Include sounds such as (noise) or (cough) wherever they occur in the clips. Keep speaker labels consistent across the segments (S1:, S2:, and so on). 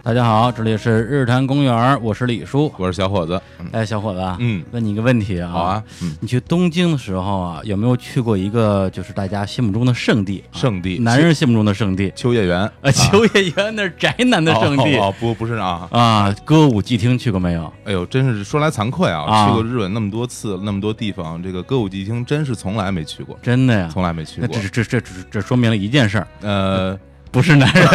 S1: 大家好，这里是日坛公园，我是李叔。
S2: 我是小伙子，嗯
S1: 哎，小伙子啊，
S2: 嗯
S1: 问你一个问题啊，
S2: 好啊，嗯，
S1: 你去东京的时候啊，有没有去过一个就是大家心目中的圣地啊？
S2: 圣地
S1: 男人心目中的圣地
S2: 秋叶原
S1: 啊，秋叶原那是宅男的圣地
S2: 哦哦哦不不是啊，
S1: 啊。歌舞伎町去过没有？
S2: 哎呦，真是说来惭愧
S1: 啊
S2: 啊，去过日本那么多次，那么多地方，这个歌舞伎町真是从来没去过，
S1: 真的呀？
S2: 从来没去
S1: 啊那
S2: 过
S1: 这。这这这这说明了一件事儿，
S2: 呃 (laughs)
S1: 不是男人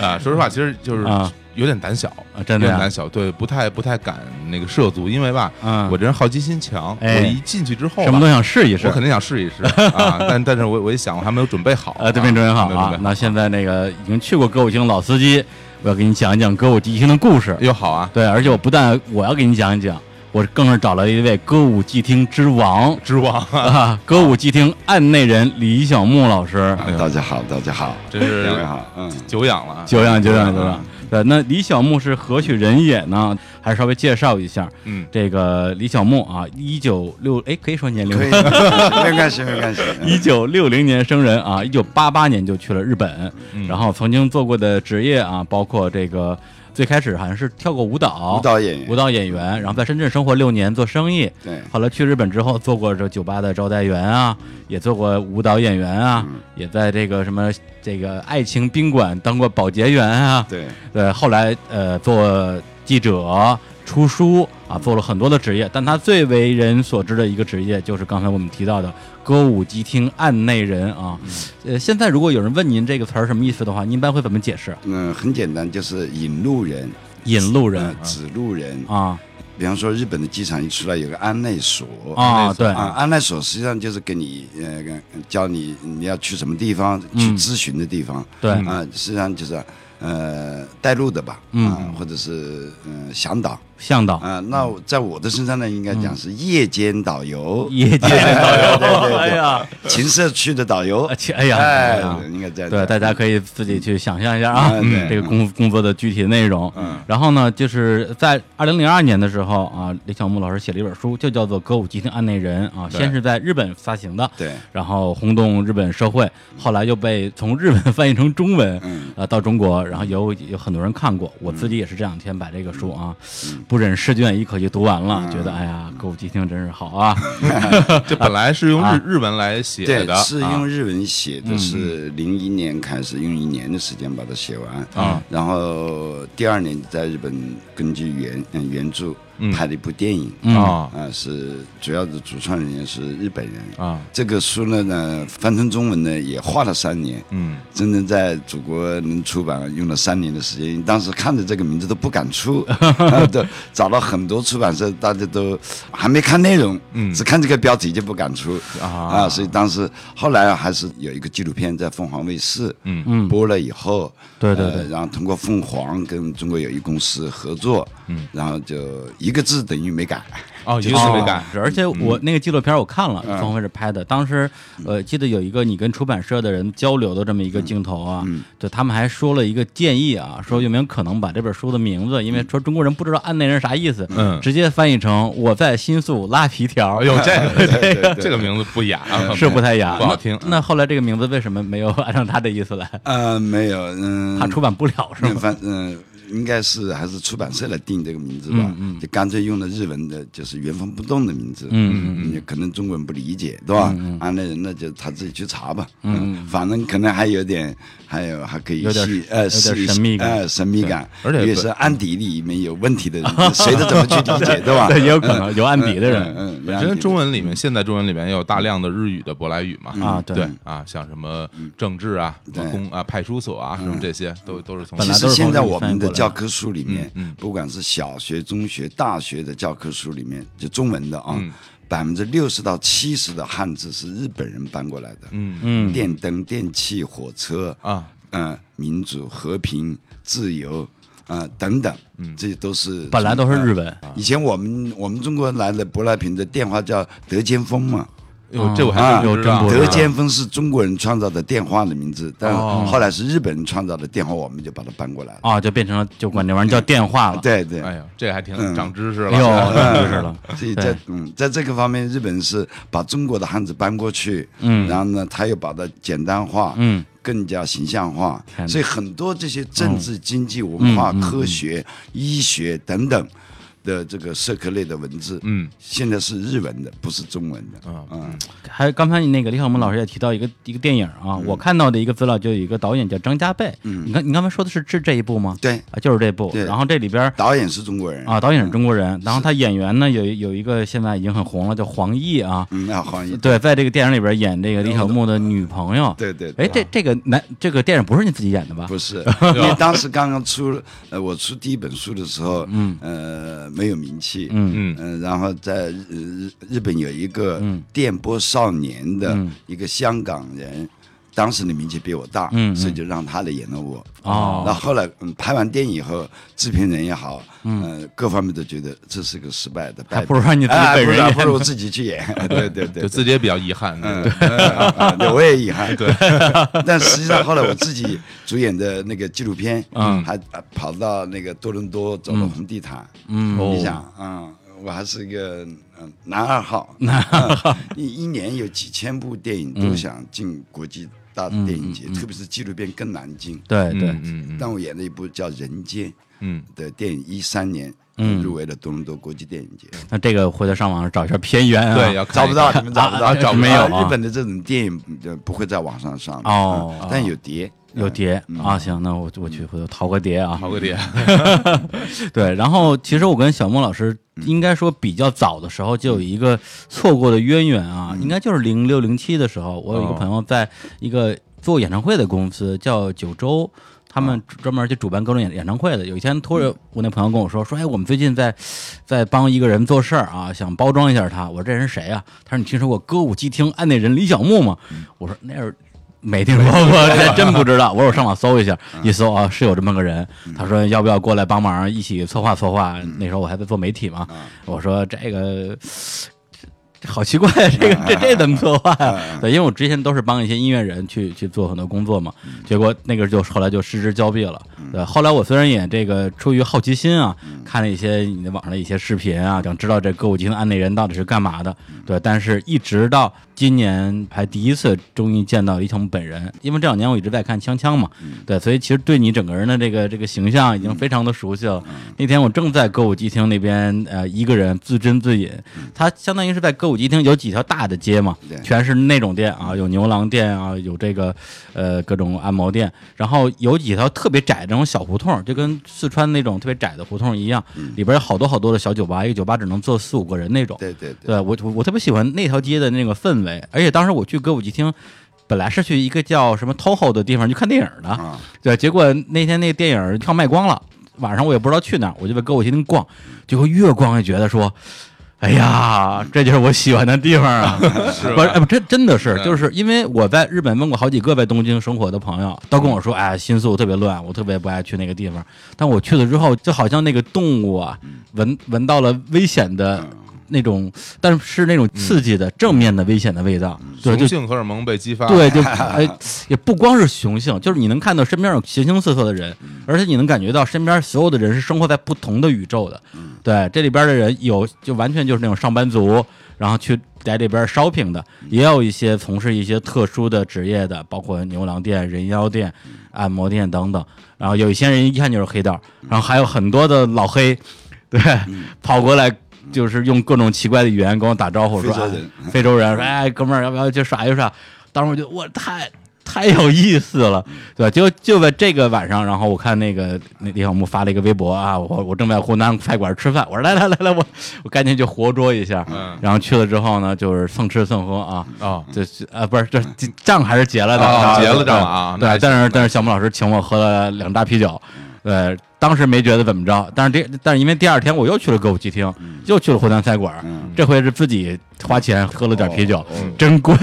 S2: 啊，说实话，其实就是
S1: 啊
S2: 有点胆小，
S1: 啊真的
S2: 有点
S1: 呀
S2: 胆小，对，不太不太敢那个涉足，因为吧，
S1: 嗯
S2: (laughs) 我这人好奇心强，
S1: 哎
S2: 我一进去之后吧，
S1: 什么都想试一试
S2: 我肯定想试一
S1: (laughs)
S2: 试啊，但但是我我一想，我还没有准备好
S1: 呃，对面主任好
S2: 没有准
S1: 啊
S2: 备。
S1: 那现在那个已经去过歌舞厅的老司机，我要给你讲一讲歌舞伎厅的故事。
S2: 又
S1: (laughs)
S2: 好 (laughs) 啊，
S1: 对，而且我不但我要给你讲一讲，我更是找了一位歌舞伎厅之王
S2: 之王啊，
S1: 啊，歌舞伎厅案内人李小牧老师。
S2: 哎呦
S3: 大家好，大家好，
S2: 真
S1: 哎
S2: 是
S3: 两位好，嗯，
S2: 久仰了啊，
S1: 久仰久仰
S2: 嗯
S1: 久仰。对，那李小牧是何许人也呢？还是稍微介绍一下
S2: 嗯，
S1: 这个李小牧啊，一九六哎，可以说年龄
S3: 可以， (laughs)
S1: 吗？
S3: 没关系，没关系。
S1: (laughs)
S3: 嗯
S1: 一九六零年生人啊，一九八八年就去了日本，
S3: 嗯
S1: 然后曾经做过的职业啊，包括这个最开始好像是跳过舞蹈，
S3: 舞蹈演员
S1: 舞蹈演员，然后在深圳生活六年做生意，
S3: 对
S1: 后来去日本之后做过这酒吧的招待员啊，也做过舞蹈演员啊，
S3: 嗯
S1: 也在这个什么这个爱情宾馆当过保洁员啊，
S3: 对，
S1: 对，后来呃做记者、出书啊，做了很多的职业，但他最为人所知的一个职业就是刚才我们提到的歌舞伎厅案内人啊。
S3: 嗯
S1: 呃，现在如果有人问您这个词儿什么意思的话，您一般会怎么解释？
S3: 嗯，很简单，就是引路人，
S1: 引路人嗯
S3: 呃，指路人。
S1: 啊
S3: 比方说，日本的机场一出来有个安内所
S1: 啊，对
S3: 啊，安奈所实际上就是给你呃，教你你要去什么地方，去
S1: 嗯
S3: 咨询的地方。
S1: 对
S3: 啊，实际上就是呃带路的吧，
S1: 嗯
S3: 啊，或者是嗯向导
S1: 向导、
S3: 啊。那我在我的身上呢，应该讲是夜间导游，
S1: 嗯夜间导
S3: 嗯对对
S1: 游，
S3: 对
S1: 哎呀，
S3: (laughs) 情色区的导游
S1: 啊。切哎呀，哎
S3: 哎
S1: 呀，。
S3: 应该这样讲。
S1: 对，大家可以自己去想象一下啊，
S3: 嗯对
S1: 这个工工作的具体内容。
S3: 嗯，
S1: 然后呢，就是在二零零二年的时候啊，李小牧老师写了一本书，就叫做《歌舞伎町案内人》啊，
S2: 对
S1: 先是在日本发行的，
S3: 对
S1: 然后轰动日本社会，后来又被从日本 (laughs) 翻译成中文，
S3: 嗯
S1: 呃，到中国，然后有有很多人看过，我自己也是这两天把这个书啊，
S3: 嗯
S1: 不忍试卷一口气读完了，觉得哎呀，歌舞伎町真是好啊，
S2: (laughs) 这本来是用
S1: 啊
S2: 日日文来写
S3: 对
S2: 的，，
S3: 是
S2: 啊嗯
S3: 用日文写的，是零一年开始，用一年的时间把它写完
S2: 啊。
S3: 然后第二年在日本根据原嗯原著
S2: 嗯
S3: 拍了一部电影，
S1: 嗯
S2: 啊
S3: 啊，是主要的主创人员是日本人。
S2: 啊，
S3: 这个书呢呢翻成中文呢也花了三年，
S2: 嗯，
S3: 真正在祖国能出版用了三年的时间，当时看着这个名字都不敢
S1: (laughs)
S3: 出， (laughs) 都找了很多出版社，大家都还没看内容，
S2: 嗯
S3: 只看这个标题就不敢出
S2: 啊
S3: 所以当时后来还是有一个纪录片在凤凰卫视，
S2: 嗯
S1: 嗯
S3: 播了以后，
S1: 对对对
S3: 呃然后通过凤凰跟中国友谊公司合作，
S2: 嗯，
S3: 然后就一个字等于没改，
S2: 哦，嗯一个字
S1: 哦，
S2: 没改，
S1: 是而且我那个纪录片我看了，方辉是拍的。当时呃，记得有一个你跟出版社的人交流的这么
S2: 嗯
S1: 一个镜头啊，对他们还说了一个建议啊，说有没有可能把这本书的名字，因为说中国人不知道案内人啥意思，
S2: 嗯
S1: 直接翻译成我在新宿拉皮条
S2: 哎。呦，
S1: (laughs)
S2: 这 (laughs) 个
S3: 对对对
S2: 这个名字不 (laughs) 雅啊，
S1: 是不太雅，
S2: 不好听
S1: 那。那后来这个名字为什么没有按照他的意思来？
S3: 呃，没有，嗯，
S1: 怕出版不了是
S3: 那
S1: 吗？
S3: 反嗯、应该是还是出版社来定这个名字吧，
S1: 嗯
S3: 就干脆用了日文的，就是原封不动的名字。嗯嗯，可能中国人不理解，对吧？
S1: 嗯
S3: 安那人呢，就他自己去查吧。嗯，反正可能还有点，还有还可以
S1: 有点
S3: 吸呃
S1: 有点
S3: 吸
S1: 神秘感
S3: 呃神秘感，
S2: 对而且
S3: 也是案底里面有问题
S1: (laughs)
S3: 的人，谁都怎么去理解，对吧？
S1: 对，也有可能有案底的人
S3: 嗯，
S2: 本身中文里面，现在中文里面也有大量的日语的舶来语嘛，
S1: 啊对
S2: 对啊，像什么政治啊、公啊、派出所啊，什么这些都都是从
S1: 本来
S3: 其
S1: 都是
S3: 实现
S1: 从
S3: 在
S1: 日语
S3: 我
S1: 翻译
S3: 们的
S1: 过来
S3: 教
S1: 的嗯
S3: 科书里面，不管是小学、中学、大学的教科书里面，就中文的
S1: 嗯
S3: 啊，百分之六十到七十的汉字是日本人搬过来的。
S2: 嗯
S3: 嗯，电灯、电器、火车，
S2: 啊，
S3: 嗯、民主、和平、自由，啊等等，嗯，这些都是
S1: 本
S2: 嗯
S1: 来都是日文
S3: 呃以前我们我们中国来的舶来品的电话叫德间风嘛。
S2: 哟，这我还真不知
S1: 啊有真
S2: 道
S1: 不知
S3: 德
S1: 道
S3: 间锋是中国人创造的电话的名字，但
S2: 哦
S3: 后来是日本人创造的电话，我们就把它搬过来了。
S1: 啊，就变成了就管这玩意儿叫电话了，
S3: 对对，
S2: 哎呀，这还挺
S3: 嗯
S2: 长知识了。 (laughs) 嗯
S1: 哎呦，真是了，
S3: 所以
S1: 对
S3: 在嗯，在这个方面，日本是把中国的汉字搬过去，嗯，然后呢，他又把它简单化，
S1: 嗯，
S3: 更加形象化
S1: 天，哪
S3: 所以很多这些政
S1: 嗯
S3: 治、经济、文化、科学、医学等等的这个社科类的文字，
S2: 嗯，
S3: 现在是日文的，不是中文的，
S2: 啊
S3: 嗯，
S1: 还刚才那个李小萌老师也提到一个一个电影啊，我看到的一个资料就有一个导演叫张家贝，你看你刚才说的是是这一部吗？
S3: 嗯对，
S1: 啊，就是这部。
S3: 对
S1: 然后这里边儿
S3: 导演是嗯中国人
S1: 啊，，导演是中国人，然后他演员呢有有一个现在已经很红了，叫黄奕啊，
S3: 嗯，那黄奕，
S1: 对，在这个电影里边演这个李小牧的女朋友。
S3: 嗯对对，对
S1: 哎，这这个男这个电影不是你自己演的吧？(laughs)
S3: 不是，因为当时刚刚出，呃，我出第一本书的时候，嗯，呃，没有名气，
S1: 嗯
S3: 嗯，然后在日日日本有一个电波少年的
S1: 嗯
S3: 一个香港人，当时的名气比我大，
S1: 嗯嗯
S3: 所以就让他来演了我。
S1: 哦
S3: 那后来嗯拍完电影以后，制片人也好，嗯、各方面都觉得这是个失败的败笔，
S1: 还不如让你自己
S3: 哎
S1: 本人
S3: 不如
S1: 演
S3: 不如我自己去演， (laughs) 对对对
S2: 就。自己也比较遗憾。
S3: 嗯，嗯嗯对，我也遗憾。对，但实际上后来我自己主演的那个纪录片，
S1: 嗯
S3: 还啊跑到那个多伦多走了红地毯，
S1: 嗯
S3: 你想，嗯，我还是一个嗯男二号，男二号，嗯一一年有几千部电影都想进国际大电影节，特别是纪录片更难进。
S1: 对
S2: 嗯
S1: 对，
S2: 嗯嗯
S3: 但我演了一部叫《人间》
S2: 嗯，
S3: 的电影，一三年入围了多伦多国际电影节。
S1: 那这个回头上网上找一下片源啊。
S2: 对，要看
S3: 找不到，
S2: 一看
S3: 你们找不
S1: 啊
S3: 到，
S1: 找不
S3: 不
S1: 到
S3: 到。日本的这种电影呃不会在网上上的
S1: 哦
S3: 嗯但有碟，
S1: 有碟
S3: 嗯
S1: 啊，行，那我我去回头淘个碟啊。
S2: 好个点。
S1: 对，然后其实我跟小莫老师应该说比较早的时候就有一个错过的渊源啊，应该就是零六零七的时候，我有一个
S2: 哦
S1: 朋友在一个做演唱会的公司叫九州。他们专门就主办各种演演唱会的。有一天，突然我那朋友跟我说：“说哎，我们最近在在帮一个人做事儿啊，想包装一下他。”我说：“这人谁啊？”他说：“你听说过歌舞伎町按那人李小牧吗？”我说：“那是没听说 (laughs) 过，还真不知道。我说我上网搜一下，一搜啊是有这么个人。他说要不要过来帮忙一起策划策划？那时候我还在做媒体嘛，我说这个。这好奇怪，这个这这怎么策划呀、对，因为我之前都是帮一些音乐人去去做很多工作嘛，结果那个就后来就失之交臂了。对，后来我虽然也这个出于好奇心啊，看了一些你的网上的一些视频啊，想知道这歌舞伎町的案内人到底是干嘛的，对，但是一直到今年还第一次终于见到李小牧本人，因为这两年我一直在看《锵锵》嘛，对，所以其实对你整个人的这个这个形象已经
S3: 嗯
S1: 非常的熟悉了。那天我正在歌舞伎町那边，呃，一个人自斟自饮，它相当于是在歌舞伎町有几条大的街嘛
S3: 嗯对，
S1: 全是那种店啊，有牛郎店啊，有这个呃各种按摩店，然后有几条特别窄的那种小胡同，就跟四川那种特别窄的胡同一样，里边有好多好多的小酒吧，一个酒吧只能坐四五个人那种。
S3: 嗯对对对，
S1: 对我我我特别喜欢那条街的那个氛围，而且当时我去歌舞伎町，本来是去一个叫什么 TOHO 的地方去看电影的，
S3: 啊 (laughs)
S1: 对，结果那天那电影票卖光了，晚上我也不知道去哪儿，我就在歌舞伎町逛，结果越逛越觉得说。哎呀，这就是我喜欢的地方啊！
S2: (laughs) (laughs) 是吧嗯
S1: 不是，哎，不，真真的是，
S2: 是
S1: 就是因为我在日本问过好几个在东京生活的朋友，都跟我
S2: 嗯
S1: 说，哎，新宿特别乱，我特别不爱去那个地方。但我去了之后，就好像那个动物啊，
S2: 嗯
S1: 闻闻到了危险的那种，但是是那种刺激
S2: 嗯
S1: 的、正面的危险的味道，对，就
S2: 雄性荷尔蒙被激发，
S1: 对，就哎，也不光是雄性，就是你能看到身边有形形色色的人，而且你能感觉到身边所有的人是生活在不同的宇宙的。对，这里边的人有就完全就是那种上班族，然后去来这边 shopping 的，也有一些从事一些特殊的职业的，包括牛郎店、人妖店、按摩店等等。然后有一些人一看就是黑道，然后还有很多的老黑，对，跑过来。就是用各种奇怪的语言跟我打招呼，说
S3: 非洲人
S1: 哎非洲人说：“哎，哥们儿，要不要去耍一耍？”当时我觉得我太太有意思了，对吧？就就在这个晚上，然后我看那个那李小牧发了一个微博啊，我我正在湖南菜馆吃饭，我说来来来来，我我赶紧去活捉一下，
S2: 嗯
S1: 然后去了之后呢，就是蹭吃蹭喝啊。
S2: 啊，
S1: 就是啊，不是，这这账还是结了的，
S2: 啊
S1: 对
S2: 结了账了啊那嗯
S1: 对
S2: 还，行
S1: 但是但是小木老师请我喝了两大啤酒，对，当时没觉得怎么着，但是这但是因为第二天我又去了歌舞伎町，
S2: 嗯
S1: 又去了湖南菜馆，这回是自己花钱喝了
S2: 哦
S1: 点啤酒，真
S2: (laughs)
S1: 贵。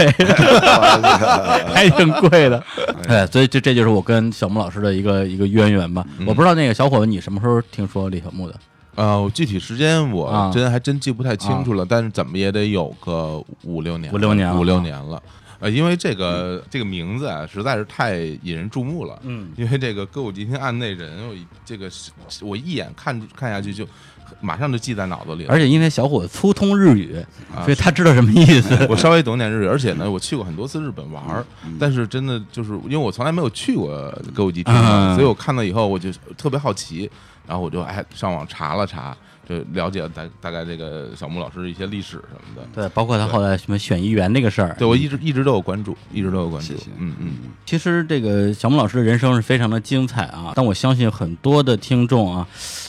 S1: 还挺贵的。哎，所以这这
S2: 嗯
S1: 就是我跟小木老师的一个一个渊源吧。我不知道那个小伙子你什么时候听说李小牧的？
S2: 啊，我具体时间
S1: 啊
S2: 我真还真记不太清楚了，但是怎么也得有个五六年了，
S1: 五六年了
S2: 五六年了。呃，因为这个这个名字啊，实在是太引人注目了。
S1: 嗯，
S2: 因为这个歌舞伎町案内人，我一这个是我一眼看看下去就马上就记在脑子里了。
S1: 而且因为小伙子粗通日语，
S2: 啊
S1: 所以他知道什么意
S2: (laughs)
S1: 思。
S2: 我稍微懂点日语，而且呢，我去过很多次日本玩儿，但是真的就是因为我从来没有去过歌舞伎町
S1: 嗯，
S2: 所以我看到以后我就特别好奇，然后我就哎上网查了查，就了解了大大概这个小木老师的一些历史什么的。
S1: 对，包括他后来什么选议员那个事儿，
S2: 对，我一直一直都有关注，一直都有关注
S3: 谢谢。
S2: 嗯嗯，
S1: 其实这个小木老师的人生是非常的精彩啊，但我相信很多的听众啊，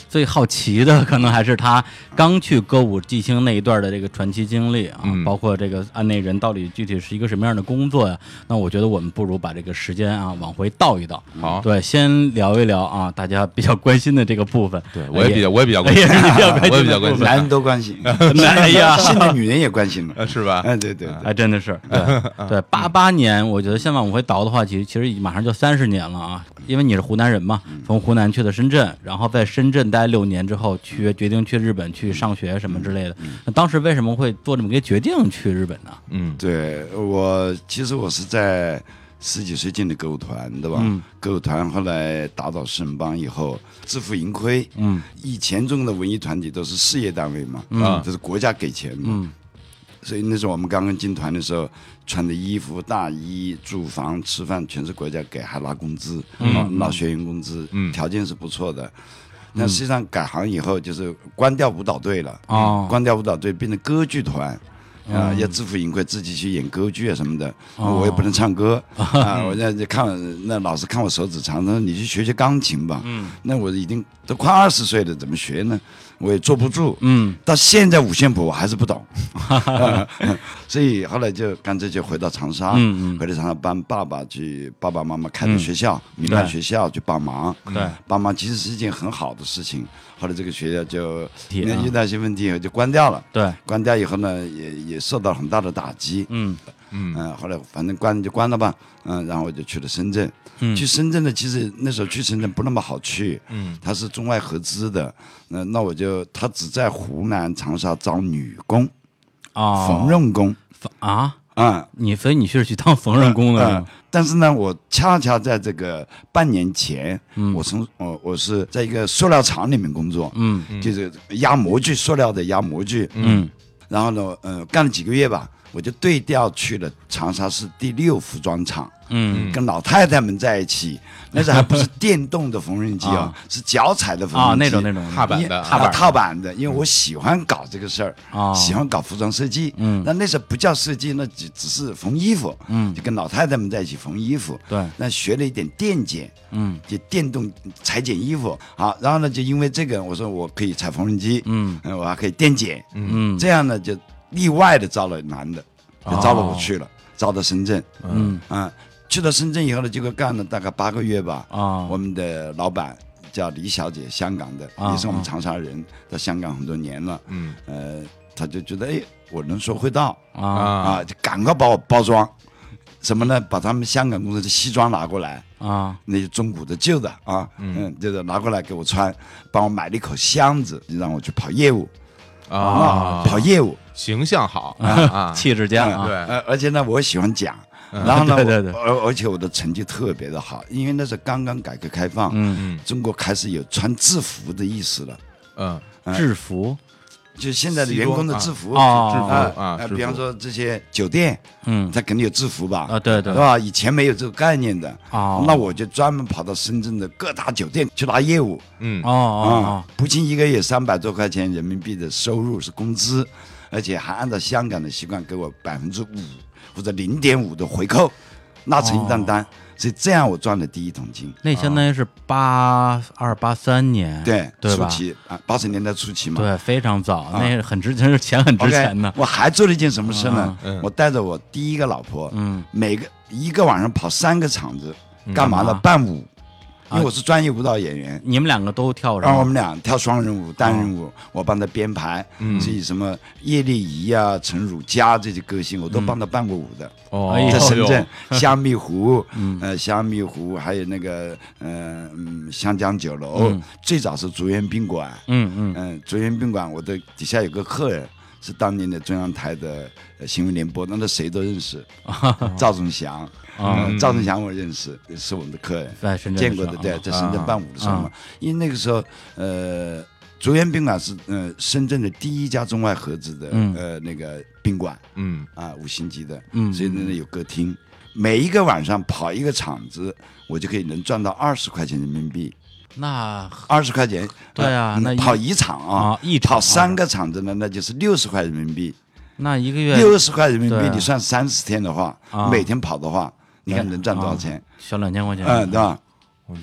S1: 最好奇的可能还是他刚去歌舞伎町那一段的这个传奇经历啊，
S2: 嗯
S1: 包括这个案内人到底具体是一个什么样的工作呀、那我觉得我们不如把这个时间啊往回倒一倒，
S2: 嗯好，
S1: 对，先聊一聊啊，大家比较关心的这个部分。
S2: 对我也比较，我也比较
S1: 哎
S2: 关
S1: 也
S2: 心，
S1: 是比较关心的
S2: (laughs) 我也比较关
S1: 部分
S2: 心，
S3: 男人都关心，
S1: (laughs) 哎呀嗯
S3: 现在女人也关心了。
S2: 呃，是吧？
S3: 哎，对对对，
S1: 还真的是，对对，八八年，我觉得先往回倒的话，其实其实马上就三十年了啊，因为你是湖南人嘛，从湖南去的深圳，然后在深圳待六年之后，去决定去日本去上学什么之类的。那当时为什么会做这么一个决定去日本呢？
S2: 嗯
S3: 对我其实我是在十几岁进的歌舞团，对吧？
S1: 嗯
S3: 歌舞团后来打倒四人帮以后，自负盈亏。
S1: 嗯，
S3: 以前中国的文艺团体都是事业单位嘛，嗯
S2: 啊
S3: 这是国家给钱嘛。
S1: 嗯
S3: 所以那时候我们刚刚进团的时候，穿的衣服、大衣、住房、吃饭全是国家给，还拿工资，啊
S2: 嗯
S3: 拿学员工资，
S2: 嗯
S3: 条件是不错的。但实际上改行以后，就是关掉舞蹈队了，
S1: 哦
S3: 嗯关掉舞蹈队变成歌剧团，啊、
S2: 嗯
S3: 要自负盈亏，自己去演歌剧啊什么的。
S1: 哦
S2: 哦
S3: 我也不能唱
S2: (laughs)
S3: 歌啊，我那就看那老师看我手指长，他说你去学学钢琴吧。嗯，那我已经都快二十岁了，怎么学呢？我也坐不住。
S1: 嗯，
S3: 到现在五线谱我还是不
S1: (laughs)
S3: 懂， (laughs) 所以后来就干脆就回到长沙，
S1: 嗯嗯
S3: 回到长沙帮爸爸去爸爸妈妈开的学校，民办学校去帮忙，
S1: 对，
S2: 嗯
S3: 帮忙其实是一件很好的事情。后来这个学校就
S1: 体
S3: 那
S1: 啊
S3: 遇到一些问题以后就关掉了，
S1: 对，
S3: 关掉以后呢也也受到很大的打击，
S1: 嗯
S3: 嗯、后来反正关就关了吧，嗯、然后我就去了深圳。去深圳呢，其实那时候去深圳不那么好去，
S2: 嗯，
S3: 它是中外合资的，那那我就他只在湖南长沙招女工，
S1: 哦，
S3: 缝纫工
S1: 缝啊，
S3: 啊，
S1: 你所以你是去当缝纫工的是
S3: 嗯
S1: 吗，
S3: 但是呢，我恰恰在这个半年前，我从我我是在一个塑料厂里面工作，
S1: 嗯
S3: 就是压模具，塑料的压模具，
S1: 嗯
S3: 然后呢，呃，干了几个月吧，我就对调去了长沙市第六服装厂，
S1: 嗯
S3: 跟老太太们在一起，那时候还不是电动的缝纫机
S1: (laughs)
S3: 啊
S1: 啊，
S3: 是脚踩的缝纫机
S1: 啊，那种那种
S2: 踏板的
S3: 因
S2: 踏
S3: 啊踏板的，因为我喜欢搞这个事儿，
S1: 哦
S3: 喜欢搞服装设计。
S1: 嗯
S3: 那那时候不叫设计，那只只是缝衣服，
S1: 嗯
S3: 就跟老太太们在一起缝衣服。
S1: 对
S3: 那学了一点电剪，
S1: 嗯
S3: 就电动裁剪衣服。好，然后呢，就因为这个，我说我可以裁缝纫机，
S1: 嗯
S3: 嗯，我还可以电剪，
S1: 嗯
S3: 这样呢就意外的招了男的，就招了我
S1: 哦
S3: 去了，招到深圳。
S1: 嗯
S3: 啊，去到深圳以后呢，结果干了大概八个月吧。
S1: 啊
S3: 我们的老板叫李小姐，香港的，
S1: 啊
S3: 也是我们长沙人，在香港很多年了。
S2: 嗯
S3: 呃，他就觉得哎，我能说会道
S1: 啊
S2: 啊
S3: 啊，就赶快把我包装，什么呢？把他们香港公司的西装拿过来，
S1: 啊
S3: 那些中古的旧的啊，嗯，就是拿过来给我穿，帮我买了一口箱子，让我去跑业务
S2: 啊，
S3: 跑业务。
S2: 形象好啊，
S1: 气质佳
S2: 啊
S1: 啊，
S2: 对，嗯
S3: 呃，而且呢，我喜欢讲，然后
S2: (laughs)
S3: 呢，
S1: 对对对
S3: 我而而且我的成绩特别的好，因为那时候刚刚改革开放，
S1: 嗯
S3: 中国开始有穿制服的意识了，
S2: 嗯，
S1: 制服
S3: 就现在的
S2: 西
S3: 员
S2: 装
S3: 工的
S2: 啊
S3: 制服
S1: 哦
S2: 制服
S3: 啊
S2: 啊，制
S3: 比方
S2: 服
S3: 说这些酒店，
S1: 嗯
S3: 它肯定有制服吧，
S1: 啊，对对
S3: 对吧？以前没有这个概念的，
S1: 哦
S3: 那我就专门跑到深圳的各大酒店去拿业务
S2: 嗯
S1: 哦哦
S3: 啊，不仅一个月三百多块钱人民币的收入是工资，而且还按照香港的习惯给我百分之五或者零点五的回扣，拉成一张单，
S1: 哦
S3: 所以这样我赚了第一桶金。
S1: 那相当于是八二八三年，
S3: 对，
S1: 对
S3: 初
S1: 吧？
S3: 期啊，八十年代初期嘛。
S1: 对，非常早，那是很值，真是钱很值
S3: 嗯 OK，
S1: 钱的。
S3: 我还做了一件什么事呢？
S2: 嗯
S3: 我带着我第一个老婆，
S1: 嗯，
S3: 每个一个晚上跑三个场子，干嘛呢？
S1: 干嘛啊
S3: 伴舞，因为我是专业舞蹈演员，
S1: 你们两个都跳是
S3: 啊然后我
S1: 吗？
S3: 们俩跳双人舞、单
S1: 啊
S3: 人舞，我帮他编排，
S1: 嗯
S3: 至于什么叶丽仪啊、陈汝佳这些歌星，我都帮他伴过舞的。
S2: 哦
S1: 嗯哎呦嗯
S3: 在深圳香
S1: (laughs)
S3: 蜜湖，呃，香蜜湖还有那个呃嗯湘江酒楼，最早是竹园宾馆，
S1: 嗯嗯
S3: 嗯，竹园宾馆我的底下有个客人。是当年的中央台的呃新闻联播，那他谁都
S1: (laughs)
S3: 认识，赵忠祥，
S1: 啊
S3: 嗯赵忠祥我认识，是我们的客人，
S1: 在深圳
S3: 见
S1: 的
S3: 过
S1: 时
S3: 的，
S1: 候
S3: 对
S1: 啊，
S3: 在深圳伴舞的时候嘛，因为那个时候，呃，竹园宾馆是呃深圳的第一家中外合资的
S1: 嗯
S3: 呃那个宾馆
S2: 嗯，
S3: 啊，五星级的，
S1: 嗯
S3: 所以那里有歌厅，每一个晚上跑一个场子，我就可以能赚到二十块钱人民币，
S1: 那
S3: 二十块钱，
S1: 对啊
S3: 呃
S1: 那一
S3: 跑一场
S1: 啊
S3: 啊，
S1: 一场
S3: 跑
S1: 啊
S3: 三个场子呢，那就是六十块人民币，
S1: 那一个月
S3: 六十块人民
S1: 对
S3: 币
S1: 啊
S3: 你算三十天的话
S1: 啊，
S3: 每天跑的话，你看能赚多少钱？
S1: 小两千块钱，
S3: 嗯，对吧？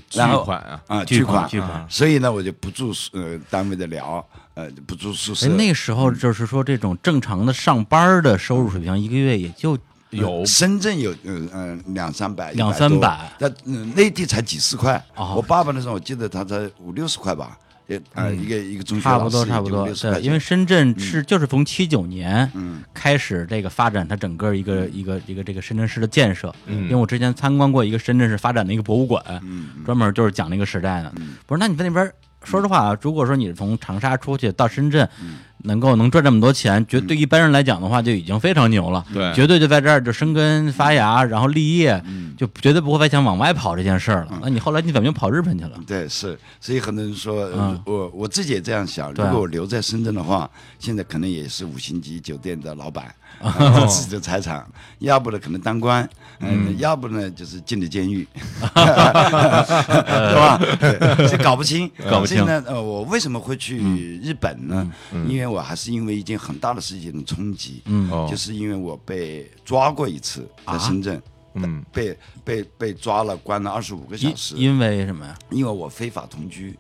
S2: 巨
S3: 然后
S2: 款啊，
S3: 啊，
S1: 巨
S3: 巨
S1: 款
S3: 款，
S1: 巨款
S3: 所以呢，我就不住宿呃单位的寮，呃，不住宿
S1: 哎
S3: 舍，，
S1: 那时候就是说，这种正常的上班的收入水平，一个月也就
S2: 有
S3: 深圳有嗯嗯两三百，
S1: 两
S3: 100多
S1: 三百
S3: 那嗯内地才几十块。
S1: 哦
S3: 我爸爸那时候我记得他才五六十块吧，也啊一个一个中学
S1: 嗯差不多
S3: 老师
S1: 差不多
S3: 也就50块
S1: 对，
S3: 钱
S1: 因为深
S3: 嗯
S1: 圳是就是从七九年开始这个发展它整个一
S3: 嗯
S1: 个一个一个这个深圳市的建设，因为我之前参观过一个深圳市发展的一个博物馆，
S3: 嗯
S1: 专门就是讲那个时代的。不是，那你在那边说实话，啊如果说你是从长沙出去到深圳，
S3: 嗯
S1: 能够能赚这么多钱，绝对一般人来讲的话就已经非常牛了，
S2: 对
S1: 绝对就在这儿就生根发芽，然后立业，
S3: 嗯
S1: 就绝对不会再想往外跑这件事儿了。那你后来你怎么又跑日本去了？
S3: 对，是，所以很多人说，呃
S1: 嗯
S3: 我我自己也这样想，如
S1: 对啊
S3: 果我留在深圳的话，现在可能也是五星级酒店的
S1: (laughs)
S3: 老板，呃自己的财产，要不呢可能当官，嗯，要不呢就是进了监
S1: (laughs)
S3: 狱，对吧？对所以搞不清，
S1: (laughs) 搞不清嗯
S3: 所以呢，呃，我为什么会去日本呢？因为我还是因为一件很大的事情的冲击，
S1: 嗯
S2: 哦
S3: 就是因为我被抓过一次，在深
S1: 啊
S3: 圳。
S2: 嗯
S3: 被被被抓了，关了二十五个小
S1: 因
S3: 时，
S1: 因为什么呀？
S3: 因为我非法同居。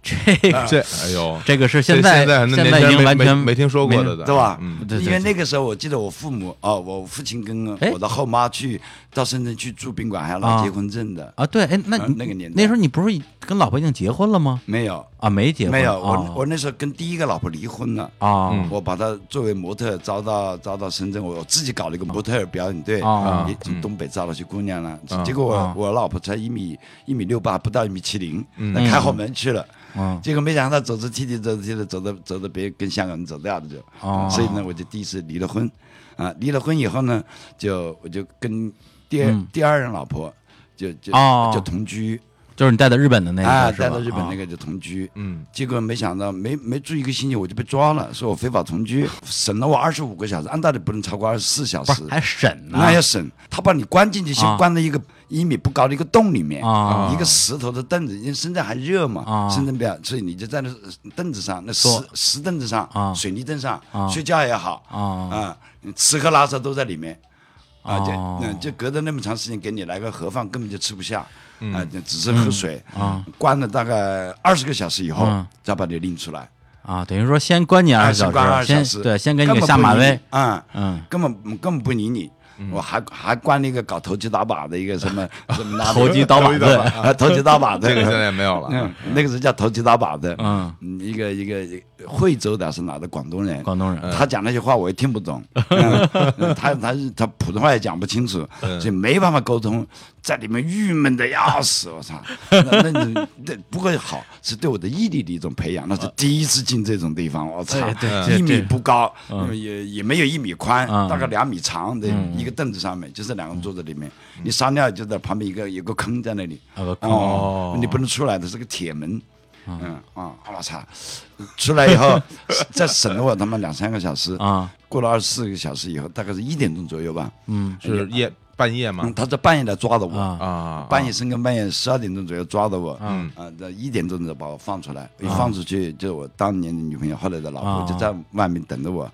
S1: 这个
S2: 这哎呦，
S1: 这个是
S2: 这
S1: 现在
S2: 现在很多
S1: 现
S2: 年
S1: 在已
S2: 轻
S1: 经完
S2: 人没没
S1: 全
S2: 没听说过的，
S3: 对吧？
S2: 嗯，
S1: 对对
S3: 因为那个时候，我记得我父母哦，我父亲跟
S1: 哎
S3: 我的后妈去到深圳去住宾馆，还要拿
S1: 啊
S3: 结婚证的。
S1: 啊。对，哎，那
S3: 啊
S1: 你
S3: 那个年代
S1: 那时候你不是跟老婆已经结婚了吗？
S3: 没有，
S1: 啊，没结婚，
S3: 没
S1: 啊
S3: 有，我我那时候跟第一个老婆离婚了。
S1: 啊
S2: 嗯
S3: 我把她作为模特招到招到深圳，我自己搞了一个模特儿表演队，
S1: 啊
S3: 也从东北招了些姑娘了。
S2: 啊
S3: 结果
S1: 啊
S3: 我我老婆才一米一米六八，不到一米七零，那开后门去了。
S1: 嗯
S3: 结果没想到走着踢踢走着踢着走着走着别跟香港人走掉了就，
S1: 哦
S3: 所以呢我就第一次离了婚，啊离了婚以后呢就我就跟第二、第二任老婆就就、
S1: 嗯哦
S3: 就同居
S1: 就是你带到日本的那个
S3: 啊，
S1: 是吧
S3: 带到日本那
S1: 啊
S3: 个就同居，
S2: 嗯，
S3: 结果没想到没没住一个星期我就被抓了，说我非法同居，审了我二十五个小时，按道理不能超过二十四小
S1: 不
S3: 时
S1: 是，还审呢？
S3: 那要审，他把你关进去，
S1: 啊
S3: 先关到一个一米不高的一个洞里面，
S1: 啊
S3: 一个石头的凳子，因为深圳还热嘛，
S1: 啊
S3: 深圳比较，所以你就在那凳子上，那石
S1: 坐
S3: 石凳子上，
S1: 啊
S3: 水泥凳上、
S1: 啊
S3: 睡觉也好，
S1: 啊
S3: 你吃喝拉撒都在里面，啊，就
S1: 哦
S3: 嗯就隔着那么长时间给你来个盒饭，根本就吃不下，啊，就只是喝水，
S1: 嗯啊
S3: 关了大概二十个小时以后
S1: 嗯，
S3: 再把你拎出来，
S1: 啊，等于说先关你二
S3: 二
S1: 十小
S3: 哎关二
S1: 时，
S3: 十小
S1: 先
S3: 时，
S1: 对，先给你
S3: 根
S1: 给
S3: 本
S1: 下
S3: 不
S1: 马
S3: 理
S1: 威
S3: 你，啊，
S1: 嗯，
S3: 根本根本不理你。我还还关了一个搞投机倒把的一
S1: (laughs)
S3: 个什么什么拿着
S1: 投机倒把
S3: 的
S1: 子，
S3: 啊 (laughs) 投机倒
S1: (laughs)
S3: 把的，
S2: 这个现在也没有了啊
S3: 嗯，那个时候叫投机倒把的，
S1: 嗯，
S3: 一个一个一个惠州的还是哪的广东人，呃
S1: 广东人嗯
S3: 他讲那些话我也听不
S1: (laughs)
S3: 懂，嗯嗯他他他普通话也讲不清楚，
S1: 嗯
S3: 所以没办法沟通，在里面郁闷的要死，
S1: (laughs)
S3: 我操！那那你那不过好是对我的毅力的一种培养，那是第一次进这种地方，我操
S1: 啊对对，对
S3: 一
S1: 对
S3: 米不高，也也没有一米宽
S1: 嗯，
S3: 大概两米长的一个凳子上面，就这两个人坐在里面，你撒尿就在旁边一个有个坑在那里，
S1: 有个坑
S3: 哦，你不能出来的，是个铁门。嗯啊，我操！出来
S1: (laughs)
S3: 以后，再审了我他妈两三个小时
S1: 啊，
S3: 过了二十四个小时以后，大概是一点钟左右吧。
S1: 嗯
S2: 是夜半夜嘛
S3: 嗯，他在半夜来抓的我，
S1: 啊
S2: 啊，
S3: 半夜深更半夜十二点钟左右抓的我，嗯啊，到一点钟就把我放出来，一放出去就是我当年的女朋友，后来的老
S1: 啊嗯
S3: 婆就在外面等着我，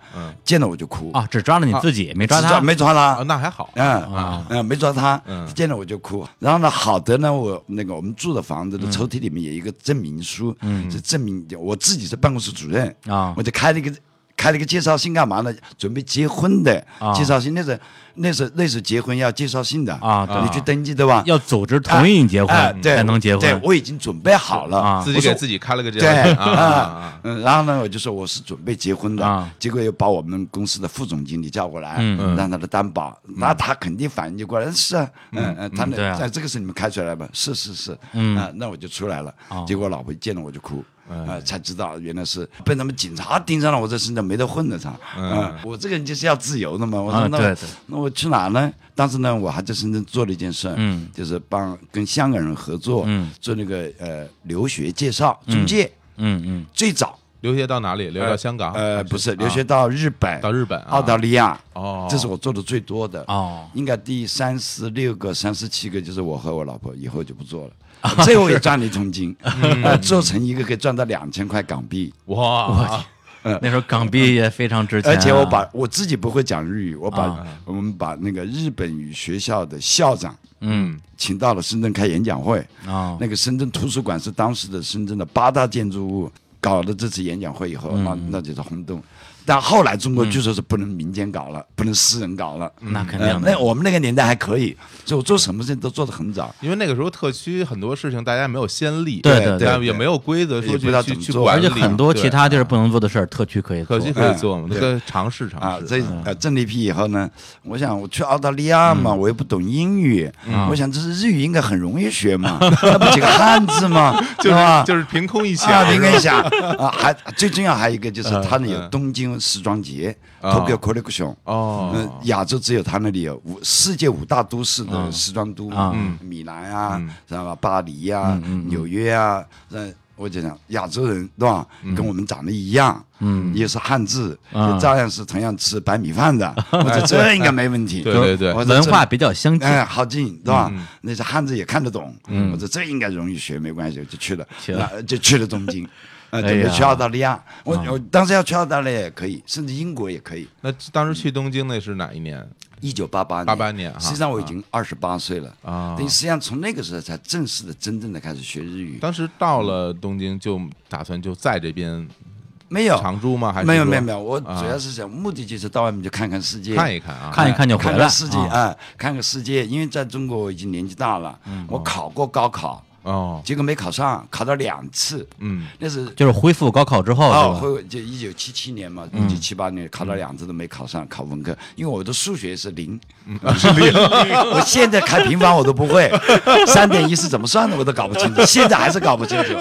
S3: 见到我就哭，
S1: 啊，只抓了你自己，没抓
S3: 只
S1: 他，
S3: 没抓
S2: 啊，
S3: 他，
S2: 那还好，
S1: 啊
S3: 嗯嗯，没抓他，见到我就哭。然后呢，好的呢，我那个我们住的房
S1: 嗯
S3: 子的抽屉里面有一个证明书，是证明我自己是办公室主任
S1: 啊
S3: 我就开了一个。开了个介绍信干嘛呢？准备结婚的
S1: 啊
S3: 介绍信，那时候那时候那时候结婚要介绍信的
S1: 啊对
S3: 你去登记对吧？
S1: 要组织同意你结
S3: 哎
S1: 婚
S3: 对
S1: 才能结
S3: 对
S1: 婚，
S3: 我已经准备好了
S1: 啊
S2: 自己
S3: 我说
S2: 给自己开了个这
S3: 对
S2: 样的
S3: 啊
S2: 啊，，
S3: 嗯，然后呢，我就说我是准备结婚的
S1: 啊，
S3: 结果又把我们公司的副总经理叫过来
S1: 嗯，
S3: 让他的担保，那他肯定反应就过来，是啊，嗯嗯，他
S1: 对
S3: 那
S1: 啊
S3: 在这个是你们开出来吧？是是是，
S1: 嗯
S3: 啊，那我就出来了
S1: 哦，
S3: 结果老婆一见了我就哭。啊，才知道原来是被他们警察盯上了，我在深圳没得混了，操！嗯，我这个人就是要自由的嘛。我
S1: 啊
S3: 说那
S1: 对
S3: 我
S1: 对
S3: 那我去哪呢？当时呢，我还在深圳做了一件事，
S1: 嗯，
S3: 就是帮跟香港人合作，
S1: 嗯，
S3: 做那个呃留学介绍中介，
S1: 嗯嗯
S3: 最早
S2: 留学到哪里？留到香港？
S3: 呃不是留学
S2: 啊
S3: 到日本、
S2: 到日本、啊、
S3: 澳大利亚，
S2: 哦，
S3: 这是我做的最多的。
S1: 哦，
S3: 应该第三十六个、三十七个，就是我和我老婆以后就
S1: (laughs)
S3: 不做了。这我也赚了一桶金，
S1: 嗯
S3: 呃，做成一个可以赚到两千块港币，
S2: 哇，啊
S1: 那时候港币也非常值钱啊，
S3: 嗯而且我把我自己不会讲日语，我
S1: 啊
S3: 把我们把那个日本语学校的校长
S2: 嗯，
S3: 请到了深圳开演讲会，
S1: 啊
S3: 那个深圳图书馆是当时的深圳的八大建筑物，搞了这次演讲会以后，
S1: 嗯
S3: 那那就是轰动。但后来中国据说是不能民间搞了，不能私人搞了。
S1: 那嗯肯
S3: 呃
S1: 定
S3: 那
S1: 的，
S3: 我们那个年代还可以，所以我做什么事情都做得很早。
S2: 因为那个时候特区很多事情大家没有先例，
S1: 对对对
S2: 但也没有规则
S3: 也
S2: 说
S3: 不
S2: 去
S3: 知道
S2: 去
S3: 怎么
S2: 去
S3: 做
S2: 管
S1: 而
S2: 理，
S1: 且很多
S2: 对啊
S1: 其他地嗯儿不能做的事儿，特区可以做
S2: 可。惜可以做嘛，那个尝试嗯尝
S3: 啊，
S2: 试
S3: 这呃挣了一批以后呢，我想我去澳大利
S2: 嗯
S3: 亚嘛，我又不懂英语，我想这是日语应该很容易
S2: (laughs)
S3: 学嘛，那不几个汉字嘛， (laughs)
S2: 就
S3: 吧？
S2: 是就是凭空一
S3: 啊，
S2: 想，
S3: 你
S2: 是吧
S3: 跟你讲啊，还最重要还有一个就是他那有
S2: 嗯
S3: 东京时装节
S2: 啊
S3: （Tokyo Collection）。嗯
S2: 哦，，
S3: 亚洲只有他那里有五世界五大都市的时装都
S1: 啊，嗯
S2: 嗯
S3: 米兰啊
S2: 嗯，
S3: 知道吧？巴黎啊，纽约啊，那我就讲亚洲人对吧？跟我们长得一样，嗯，也是汉字，
S1: 嗯啊
S3: 也照样是同样吃白米饭
S1: (laughs)
S3: 的，我说这应该没问题。
S2: 对对对
S3: 我说这
S1: 文化比较相近，
S3: 哎，好近，
S1: 嗯
S3: 对吧？那些汉字也看得懂，我说这应该容易学，没关系，我就去了，
S1: 去了
S3: 那就去了东
S1: (laughs)
S3: 京，呃，
S1: 哎呀嗯
S3: 准备去澳大利亚。我我当时要去澳大利亚也可以，甚至英国也可以。
S2: 那当时去东京那是哪一年
S3: 一九八八年，
S2: 88年哈
S3: 实际上我已经二十八岁了，
S2: 啊
S3: 等于？实际上从那个时候才正式的、真正的开始学日语。
S2: 当时到了东京就打算就在这边
S3: 没有，
S2: 常住吗？还是
S3: 嗯没有，没有，
S2: 说
S3: 没有，我
S2: 啊
S3: 主要是想目的就是到外面去看看世界，
S2: 看一看啊，
S1: 看一看就回
S3: 看
S1: 来
S3: 看世界
S1: 啊
S3: 啊，看个世界。因为在中国我已经年纪大了，
S2: 嗯
S3: 我考过高考，
S2: 哦，
S3: 结果没考上，考了两次，
S2: 嗯
S3: 那是
S1: 就是恢复高考之后是吧？
S3: 哦，会就一九七七年嘛，一九七八年考了两次都没考上，考文科，因为我的数学是零，是零， (laughs) 我现在开平方我都不会，三点一是怎么算的我都搞不清楚，现在还是搞不清楚，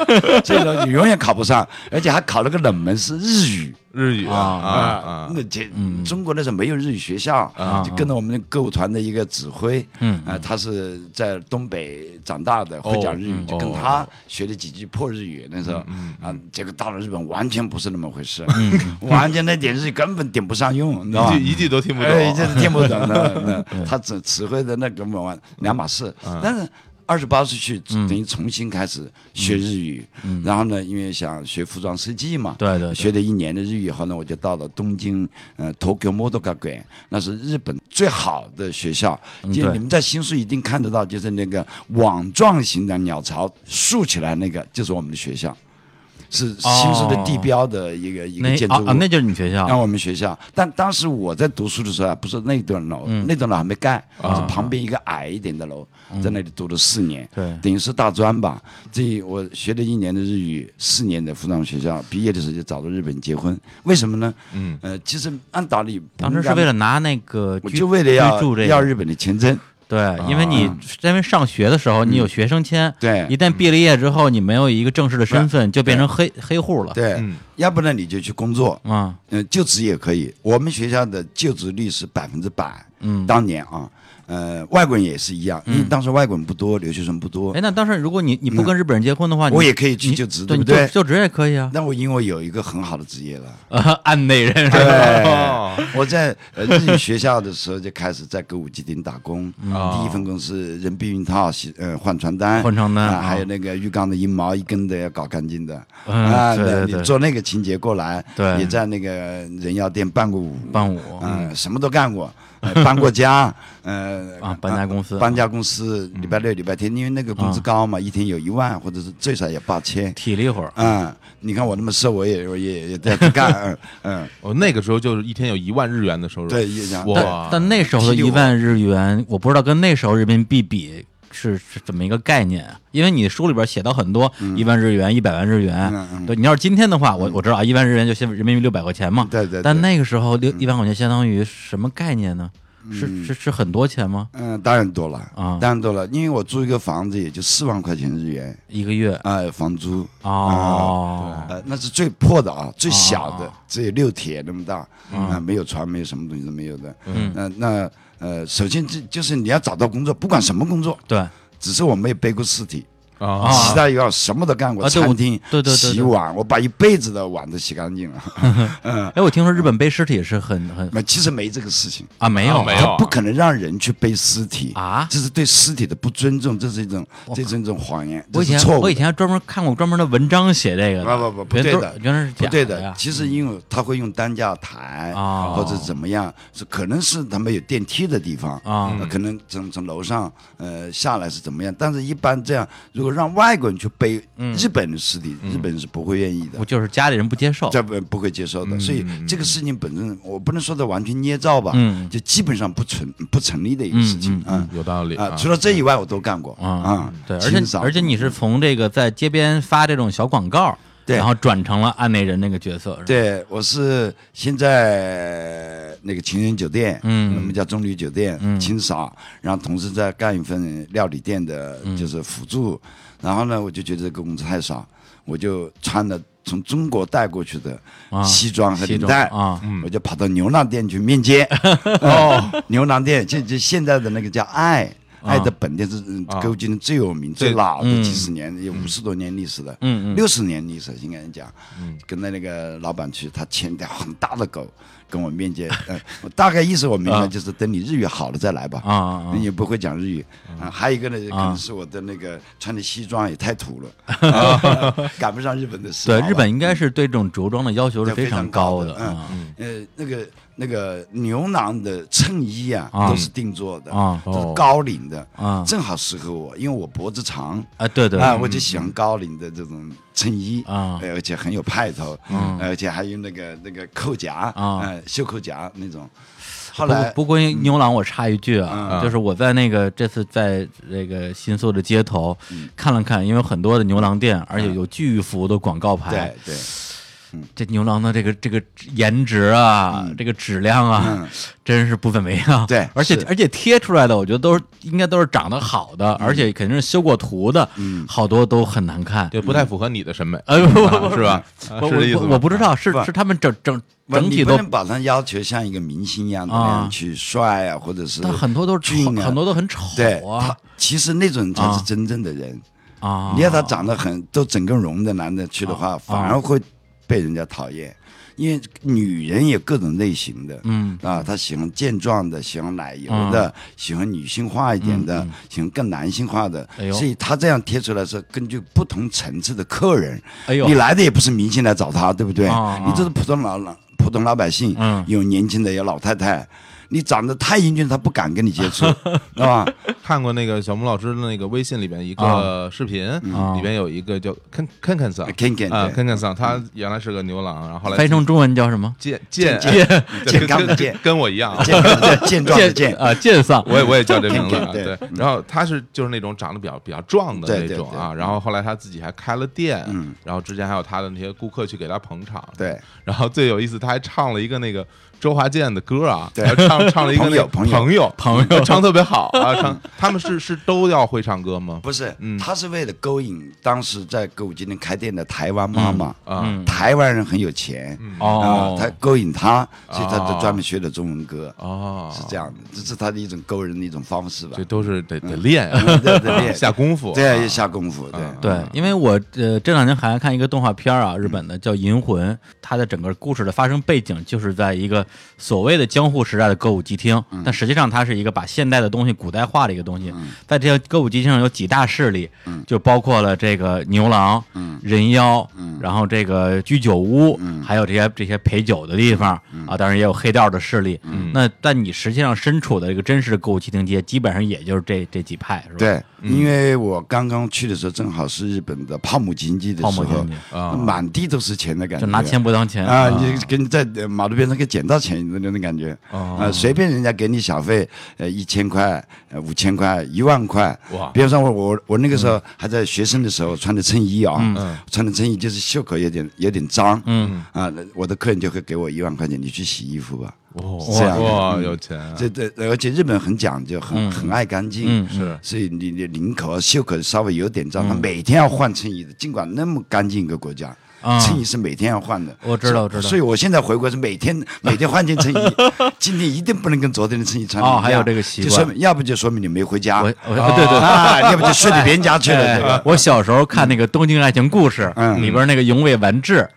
S3: 所以说你永远考不上，而且还考了个冷门是日语。
S2: 日语啊啊
S3: 那这中国那时候没有日语学校，就跟着我们歌舞团的一个指挥，
S1: 嗯
S3: 啊，他是在东北长大的，
S2: 哦
S3: 会讲日
S2: 嗯
S3: 语，就跟他学了几句破日语。那时候啊，结果到了日本完全不是那么回事， (laughs) 完全那点日语根本顶不上用，你知道
S2: 啊，嗯 (laughs)
S3: 吧
S2: 一？句一句都听不
S3: 哎，
S2: 懂
S3: 这是听不懂的， (laughs) 那他只词汇的那根本完两码事。但是二十八岁去等于重新开始学日语，然后呢，因为想学服装设计嘛，
S1: 对对对
S3: 学了一年的日语以后呢，我就到了东京，呃，Tokyo Model g a g u n 那是日本最好的学校。就
S1: 对
S3: 你们在新宿一定看得到，就是那个网状型的鸟巢竖起来那个，就是我们的学校，是新宿的地标的一个一
S1: 那
S3: 个建
S1: 啊
S3: 筑物
S1: 啊，。那就是你学校
S3: 让我们学校，但当时我在读书的时候啊，不是那栋楼，
S1: 嗯
S3: 那栋楼还没盖，
S1: 啊
S3: 是旁边一个矮一点的楼，在那里读了四年，
S1: 对
S3: 等于是大专吧。这我学了一年的日语，四年的服装学校，毕业的时候就找到日本结婚，为什么呢？
S2: 嗯，
S3: 呃，其实按道理不
S1: 当时
S3: 应该
S1: 是为了拿那个
S3: 我
S1: 居
S3: 就为了要
S1: 居住这
S3: 要
S1: 个，啊
S3: 日本的签证，
S1: 对，
S2: 啊
S1: 因为你因为上学的时候你有学生签，
S3: 嗯对
S1: 一旦
S2: 嗯
S1: 毕了业之后你没有一个正式的身份，就变成黑黑户了，
S3: 对，
S2: 嗯
S3: 要不然你就去工作，
S1: 啊，
S3: 嗯，就职也可以。我们学校的就职率是百分之百。嗯，当年啊，呃，外国人也是一样，因为当时外国人不多，留学生不多
S1: 嗯哎，。那当时如果你你不跟日本人结婚的啊话，你
S3: 嗯我也可以去
S1: 你
S3: 就职
S1: 对，
S3: 对不
S1: 你就
S3: 对
S1: 就职也可以啊，
S3: 那我因为我有一个很好的职业
S1: (laughs)
S3: 了。
S1: 啊按内人是吧？
S2: 哦
S3: 对， (laughs) 我在呃日语学校的时候就开始在歌舞伎町打工，
S1: 嗯
S3: 嗯
S2: 哦
S3: 第一份工是人避孕套洗呃换床单，
S1: 换床单
S3: 啊
S1: 哦
S3: 还有那个浴缸的阴毛一根的要搞干净的
S1: 嗯
S3: 啊，
S1: 对
S3: 那
S1: 对
S3: 你
S1: 对
S3: 做那个情节过来，
S1: 对
S3: 也在那个人妖店伴过舞，啊
S1: 伴舞 (laughs)
S3: 嗯，什么都干过，呃搬过家，呃， (laughs) 呃
S1: 啊搬家公司嗯哦
S3: 搬家公司礼拜六礼拜天，因为那个工资高嘛，一天有一万或者是最少也八千。
S1: 体力活儿，
S3: 嗯，你看我那么瘦，我也我也也这样去
S1: (laughs)
S3: 干。嗯，
S2: 哦，那个时候就是一天有一万日元的收入，
S3: 嗯对，，也想
S2: 哇
S1: 但，但那时候的一万日元，我不知道跟那时候人民币比是是怎么一个概念啊？因为你书里边写到很多一万日元、一百万日
S3: 嗯
S1: 元，
S3: 嗯
S1: 对，你要是今天的话，我我知道啊，一万日元就现人民币六百块钱嘛，
S3: 对嗯对对
S1: 但那个时候六一万块钱相当于什么概念呢？是是是很多钱吗？
S3: 嗯，当然多了
S1: 啊
S3: 当然多了，因为我租一个房子也就四万块钱日元，
S1: 一个月
S3: 啊，房租，
S1: 哦，
S3: 呃，那是最破的啊，最小的
S1: 啊，
S3: 只有六铁那么大，啊，没有船，没有什么东西都没有的。嗯，那那呃，首先这就是你要找到工作，不管什么工作，
S1: 对啊
S3: 只是我没有背过尸体，
S2: 啊，
S1: 啊
S3: 时代以后什么都干过，
S1: 对我
S3: 餐厅、
S1: 对对对对
S3: 洗碗，我把一辈子的碗都洗干净了。 (laughs)
S1: 哎，我听说日本背尸体是很很
S3: 那其实没这个事情，
S1: 啊，没有
S2: 啊没有
S3: 不可能让人去背尸体
S1: 啊
S3: 这是对尸体的不尊重，这是一种，这是一种谎言，
S1: 我
S3: 这
S1: 以
S3: 是
S1: 前
S3: 错误
S1: 我以
S3: 的。
S1: 前还专门看过专门的文章写这个的，
S3: 不不不不对
S1: 原来都
S3: 的
S1: 原来是
S3: 不
S1: 假
S3: 对
S1: 呀
S3: 的，其实因为他会用担架抬
S1: 哦
S3: 或者怎么样，是可能是他们有电梯的地方
S1: 啊
S3: 呃可能从从楼上呃下来是怎么样，但是一般这样，如果让外国人去背日本的尸体，日本人是不会愿意的
S1: 我。就是家里人嗯不接嗯受，
S3: 这不不会接受的，所以这个事情本身我不能说它完全捏造吧，
S1: 嗯
S3: 就基本上不成不成立的一个事情啊
S2: 有道理
S3: 啊。除了这以外，我都干过
S1: 啊
S3: 啊，
S1: 对，而且而且你是从这个在街边发这种小广告，
S3: 嗯对
S1: 然后转成了案内人那个角色，是吧，
S3: 对我是现在那个情人酒店，嗯，我们叫棕榈酒店，嗯，清扫，然后同时再干一份料理店的，
S1: 嗯
S3: 就是辅助。然后呢，我就觉得这个工资太少，我就穿了从中国带过去的
S1: 啊
S3: 西装和
S1: 西
S3: 领
S1: 装
S3: 带
S1: 啊，
S3: 我就跑到牛郎店去
S1: (laughs)
S3: 面接。哦，牛郎店就就现在的那个叫爱。爱的本店是嗯
S2: 啊
S3: 歌舞伎町最有名、最
S2: 最
S3: 老的
S1: 嗯
S3: 几十年，有五十多年历史的。
S1: 嗯嗯嗯
S3: 六十年历史，应该讲，跟着那个老板去，他牵条很大的狗跟我
S1: (laughs)
S3: 面接，呃我大概意思我明白，就是等你日语好了再来吧，
S1: 啊啊啊
S3: 你也不会讲日语啊。还有一个呢，可
S1: 啊
S3: 能是我的那个穿的西装也太
S1: (laughs)
S3: 土了，啊赶不上日本的时髦
S1: 对，
S3: 吧
S1: 日本应该是对这种着装的要求是
S3: 对非
S1: 常
S3: 常高
S1: 的
S3: 的
S1: 啊
S3: 呃那个那个牛郎的衬衣啊
S1: 啊
S3: 都是定做的
S1: 啊
S3: 都是高领的
S1: 啊
S3: 正好适合我，因为我脖子长。
S1: 啊，对对
S3: 啊，我就喜欢高领的这种衬衣
S1: 啊嗯
S3: 呃而且很有派头，呃而且还有那个那个扣夹
S1: 啊
S3: 呃袖扣夹那种。
S1: 不
S3: 后
S1: 过
S3: 来嗯
S1: 不过牛郎，我插一句啊，就是我在那个这次在这个新宿的街头
S3: 嗯
S1: 看了看，因为有很多的牛郎店，而且有巨幅的广告牌
S3: 对，对，
S1: 这牛郎的这个这个颜值啊，这个质量啊，真是不怎么样。
S3: 对
S1: 而且
S3: 是
S1: 而且贴出来的，我觉得都是应该都是长得好的，而且肯定是修过图的，好多都很难看。
S2: 对，不太符合你的审美，
S1: 哎，不不不
S2: 是吧？啊
S1: 我
S2: 是这意思
S1: 我
S2: 吗
S1: 我不知道，是
S3: 不
S1: 是他们整整
S3: 不
S1: 整体
S3: 你
S1: 都
S3: 不，能把他要求像一个明星一样的那
S1: 啊
S3: 样去帅啊，或者是
S1: 但很多都是丑，
S3: 俊啊
S1: 很多都很丑
S3: 对，
S1: 啊
S3: 他其实那种才
S1: 啊
S3: 是真正的人。
S1: 啊！
S3: 你要他长得很都整个容的男的去的话，反而会被人家讨厌。因为女人有各种类型的，
S1: 嗯
S3: 啊，她喜欢健壮的，喜欢奶油的，喜欢女性化一点的，喜欢更男性化的。
S1: 嗯哎呦
S3: 所以她这样贴出来是根据不同层次的客人，
S1: 哎呦
S3: 你来的也不是明星来找他，对不对？
S1: 啊啊
S3: 你这是普通老老普通老百姓，
S1: 嗯
S3: 有年轻的，有老太太。你长得太英俊，他不敢跟你接
S1: (laughs)
S3: 触，是吧？
S2: 看过那个小木老师的那个微信里边一个视频，
S1: 啊
S2: 里边有一个叫 Ken Ken Ken 桑
S3: Kenken，
S2: 啊
S3: 对
S2: Ken Ken 桑，他原来是个牛郎，然后后来
S1: 翻译成中文叫什么？
S2: 健健
S3: 健
S2: 对
S3: 健康的
S2: 跟
S3: 健
S2: 跟我一样啊，
S3: 健健壮
S1: (laughs)
S3: 的健，
S1: 啊，健丧，
S2: 我也我也叫这名字啊，
S3: 对
S2: 对。然后他是就是那种长得比较比较壮的
S3: 对
S2: 那种啊，
S3: 对对
S2: 然后后来他自己还开了店
S3: 嗯，
S2: 然后之前还有他的那些顾客去给他捧场，
S3: 对。
S2: 然后最有意思，他还唱了一个那个周华健的歌啊，
S3: 对
S2: 还唱唱了一个那个
S3: 朋友
S2: 朋友
S1: 朋友
S2: 唱特别好啊，唱他们是是都要会唱歌吗？
S3: 不是，
S2: 嗯
S3: 他是为了勾引当时在歌舞伎町开店的台湾妈妈，
S2: 啊
S1: 嗯
S3: 台湾人很有钱，
S1: 哦啊
S3: 啊，他勾引他，所以他
S2: 哦
S3: 就专门学的中文歌，
S2: 哦，
S3: 是这样的，这是他的一种勾人的一种方式吧嗯
S2: 这？都是得得练啊，
S3: 对对
S2: (laughs)
S3: 对，
S2: 下功夫啊，
S3: 对要下功夫，对
S2: 啊
S1: 对，因为我呃这两年还看一个动画片儿啊，日本的叫《银魂》，它的整个故事的发生背景就是在一个所谓的江户时代的歌舞伎厅，
S3: 嗯
S1: 但实际上它是一个把现代的东西古代化的一个东西。在这些歌舞伎厅上有几大势力，
S3: 嗯
S1: 就包括了这个牛郎、人妖，
S3: 嗯
S1: 然后这个居酒屋，还有这些这些陪酒的地方
S3: 嗯
S1: 啊，当然也有黑道的势力。那但你实际上身处的这个真实的歌舞伎町街，基本上也就是这这几派，是吧？，
S3: 对，因为我刚刚去的时候，正好是日本的泡沫经济的
S1: 泡
S3: 时
S1: 沫
S3: 候
S1: 经济，
S2: 啊
S3: 满地都是钱的感觉，
S1: 就拿钱不当钱
S3: 啊，你跟在马路边上给捡到钱的那种感觉，
S1: 哦
S3: 啊，随便人家给你小费，呃，一千块、呃五千块、一万块，
S1: 啊
S2: 哇
S3: 比方说我我我那个
S1: 嗯
S3: 时候还在学生的时候穿的衬衣啊，穿的衬衣就是袖口有点有点脏，嗯啊，那我的客人就会给我一万块钱，你去洗衣服吧，是这样的
S2: 哇，有钱啊，
S3: 这这，而且日本很讲究，
S1: 嗯
S3: 很、很爱干净，
S2: 是
S3: 所以你的领口啊、袖口稍微有点
S1: 嗯
S3: 脏，他每天要换衬衣的。尽管那么干净一个国家，
S1: 啊
S3: 衬衣是每天要换的。
S1: 我知道
S3: 所以
S1: 我知道
S3: 所以我现在回国是每天每天换件
S1: (laughs)
S3: 衬衣，今天一定不能跟昨天的衬衣穿的一样
S1: 哦还有这个习惯
S3: 就说明要不就说明你没回家，
S1: 我我对对
S3: 啊，要不就睡你别人家去了。这
S1: 哎
S3: 个
S1: 我小时候看那个《东京爱情故事》
S3: 嗯
S1: 里边那个永尾完治，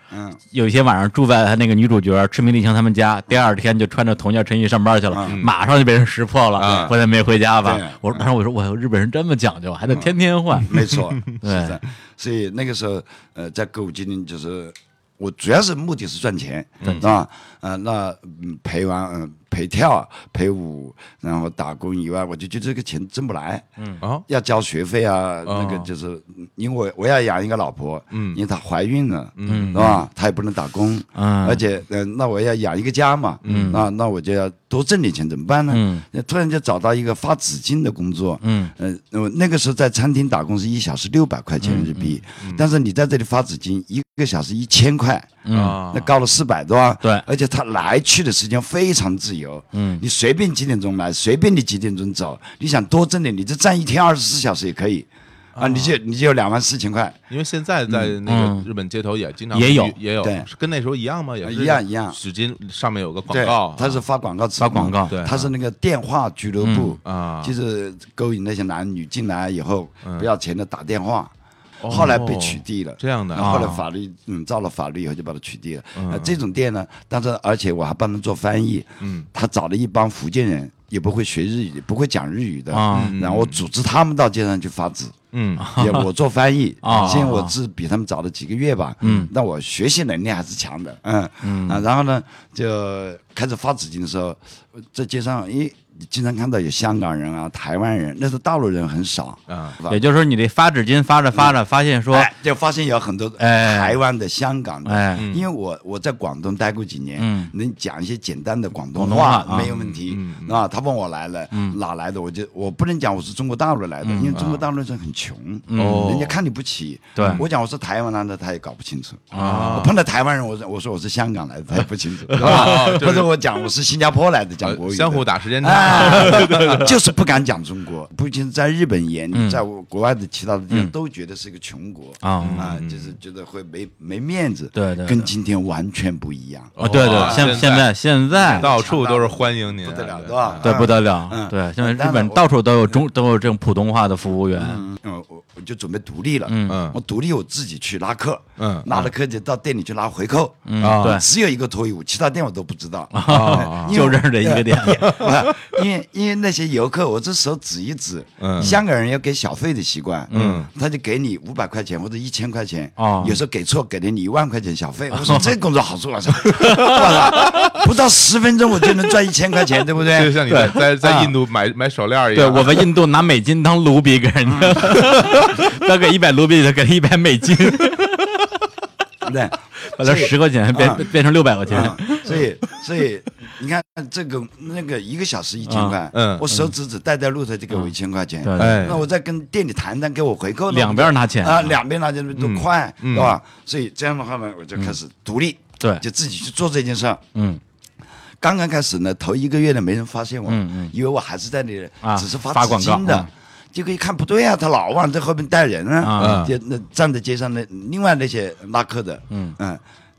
S1: 有一天晚上住在他那个女主角赤名丽香他们家，第二天就穿着同件衬衣上班去了，马上就被人识破了，
S2: 嗯
S1: 回来没回家吧
S3: 嗯对？嗯
S1: 我说，然后我说，我日本人这么讲究，还得天天换，
S3: (laughs) 没错，是
S1: 对
S3: 的。所以那个时候，呃，在歌舞伎町就是我主要是目的是赚钱，是吧？呃，那嗯陪完嗯、陪跳陪舞，然后打工以外，我就觉得这个钱挣不来，
S1: 嗯
S2: 啊，
S3: 要交学费啊，
S2: 哦
S3: 那个就是嗯因为我我要养一个老婆，
S2: 嗯
S3: 因为她怀孕了，嗯，是吧？她也不能打工，
S1: 嗯
S3: 而且嗯、呃那我要养一个家嘛，嗯，那那我就要多挣点钱，怎么办呢？
S1: 嗯
S3: 那突然就找到一个发纸巾的工作，
S1: 嗯
S3: 嗯，我那个时候在餐厅打工是一小时六百块钱日币，但是你在这里发纸巾一个小时一千块，
S1: 嗯，
S2: 啊
S3: 那高了四百多啊。
S1: 对
S3: 而且他来去的时间非常自由，
S1: 嗯，
S3: 你随便几点钟来，随便你几点钟走，你想多挣点，你就站一天二十四小时也可以，啊，你就你就有两万四千块，
S2: 因为现在在那个日本街头也经常
S1: 也有
S2: 也有
S3: 嗯对，
S2: 是跟那时候一样吗？也是
S3: 一样一样
S2: 纸巾上面有个广
S3: 对
S2: 告，，啊
S3: 他是发广告词嘛，
S1: 发
S3: 啊嗯
S1: 广告
S2: 对
S3: 他是那个电话俱乐部
S2: 啊
S3: 就是勾引那些男女进来以后不要钱的打电话，后来被取缔了。
S2: 哦这样的啊
S3: 然后后来法律嗯造了法律以后就把它取缔了。那这种店呢，但是而且我还帮他做翻译，
S2: 嗯，
S3: 他找了一帮福建人，也不会学日语，不会讲日语的
S1: 啊，
S3: 然后我组织他们到街上去发纸。
S2: 嗯
S3: (laughs) 也我做翻译
S1: 啊
S3: 现在我是比他们早了几个月吧，嗯，但我学习能力还是强的，嗯嗯啊，然后呢，就开始发纸巾的时候，在街上，因为你经常看到有香港人啊、台湾人，那时候大陆人很少，
S2: 啊
S3: 是吧
S1: 也就是说，你这发纸巾发着发着，发现说，
S3: 嗯哎，嗯就发现有很多
S1: 哎
S3: 台湾的、香港的，
S1: 哎
S3: 因为我我在广东待过几年，
S1: 嗯
S3: 能讲一些简单的广东
S1: 广东话啊
S3: 没有问题。啊，他问我来了，
S1: 嗯
S3: 哪来的？我就我不能讲我是中国大陆来的，因为中
S1: 啊
S3: 国大陆人很穷，
S1: 嗯
S2: 哦
S3: 人家看你不起。
S1: 对
S3: 我讲我是台湾来的，他也搞不清楚。
S2: 啊
S3: 我碰到台湾人，我说我说我是香港来的，他也不清楚，是吧
S2: 就是
S3: 或者我讲我是新加坡来的，讲国语的，
S2: 呃相互打时间差，
S3: 哎，对对对，就是不敢讲中国，不仅在日本眼里，在我国外的其他的地方都觉得是一个穷国
S1: 啊
S3: 啊，就是觉得会没没面子，
S1: 对对对
S3: 跟今天完全不一样，
S1: 哦，对对，
S2: 哇
S1: 现
S2: 啊现在
S1: 在现在
S2: 到处都是欢迎您，
S3: 不得了，
S2: 对
S3: 对吧？
S1: 对
S3: 啊
S1: 不得了，
S3: 嗯
S1: 对，现在
S3: 当
S1: 日
S3: 然
S1: 本
S3: 我
S1: 到处都有中都有这种普通话的服务员，
S3: 嗯，我我就准备独立了，
S2: 嗯
S3: 我独立我自己去拉客，
S2: 嗯
S3: 拉了客就到店里去拉回扣，嗯
S2: 啊
S1: 对
S3: 只有一个脱衣舞，其他店我都不知
S1: (laughs)
S3: 道，
S2: 啊
S1: 就认识这一个点。
S3: 不因为因为那些游客，我这手指一指，
S2: 嗯
S3: 香港人有给小费的习惯，
S2: 嗯，
S3: 他就给你五百块钱或者一千块钱，
S1: 哦
S3: 有时候给错，给了你一万块钱小
S1: (laughs)
S3: 费。我说这工作好做啊，是吧我 (laughs) 操不到十分钟我就能赚一千块
S1: (laughs)
S3: 钱，对不
S2: 就
S3: 对？
S2: 像你在
S1: 对
S2: 在
S1: 啊
S2: 在印度买买手链
S1: (laughs)
S2: 一
S1: 对
S2: 样，
S1: 我们印度拿美金当卢比给人家，他给一百卢比，他给一百美金，
S3: 对不对？
S1: 把他十块钱变变成六百块钱
S3: 啊，所以所以你看这个那个一个小时一千块，
S2: 嗯嗯
S3: 我手指指带带路，他就给我一千块钱，
S1: 对
S2: 哎
S3: 那我再跟店里谈谈，给我回扣呢，
S1: (laughs) 两边拿钱
S3: 啊，两边拿钱都快，
S2: 嗯
S3: 对吧？所以这样的话呢，我就开始独立，
S1: 对
S3: 就自己去做这件事儿。
S1: 嗯，
S3: 刚刚开始呢，头一个月呢，没人发现我，
S1: 嗯嗯
S3: 以为我还是在那里
S1: 啊
S3: 只是发
S1: 发
S3: 纸
S1: 广告
S3: 巾的
S1: 嗯。
S3: 结果一看不对啊，他老往这后面带人
S1: 啊
S3: 啊，就那站在街上那另外那些拉客的，嗯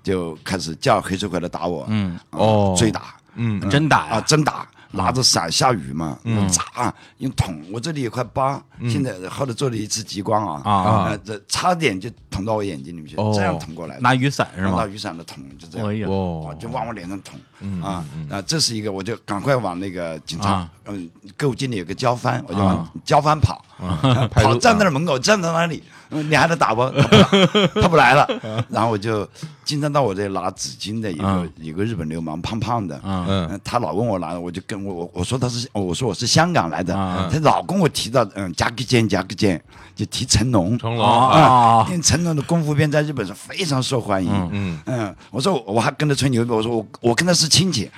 S3: 就开始叫黑社会来打我，嗯
S2: 哦
S3: 追打，
S2: 嗯
S1: 真打
S3: 啊，
S1: 哎呀！
S3: 真打，拿着伞，下雨嘛，砸，用桶，我这里有块疤，现在后来做了一次激光啊，
S1: 啊
S3: 呃这差点就捅到我眼睛里面去，
S2: 哦
S3: 这样捅过来的，
S1: 拿雨伞是
S3: 拿
S1: 吗
S3: 到？雨伞的捅，就这样
S1: 哎。呀，
S2: 哇
S3: 啊，就往我脸上捅
S2: 嗯
S3: 啊
S2: 嗯
S3: 啊！这是一个，我就赶快往那个警察
S1: 啊，
S3: 嗯，购物经理有个交番，我就往
S1: 啊
S3: 交番跑， (laughs)
S2: 啊派出
S3: 跑站在那门口，站在那里，嗯你还得打不？他不来他不来了。然后我就经常到我这拿纸巾的一个
S1: 嗯
S3: 一个日本流氓，胖胖的，
S1: 啊
S2: 嗯
S3: 嗯，他老问我来，我就跟我我我说他是我说我是香港来的，
S1: 啊
S3: 他老跟我提到嗯加个剑加个剑，就提成龙，
S2: 成龙
S1: 啊啊
S3: 因为成龙的功夫片在日本是非常受欢迎。嗯
S2: 嗯，
S3: 我说我我还跟他吹牛逼，我说我我跟他是
S1: (laughs)
S3: 亲戚，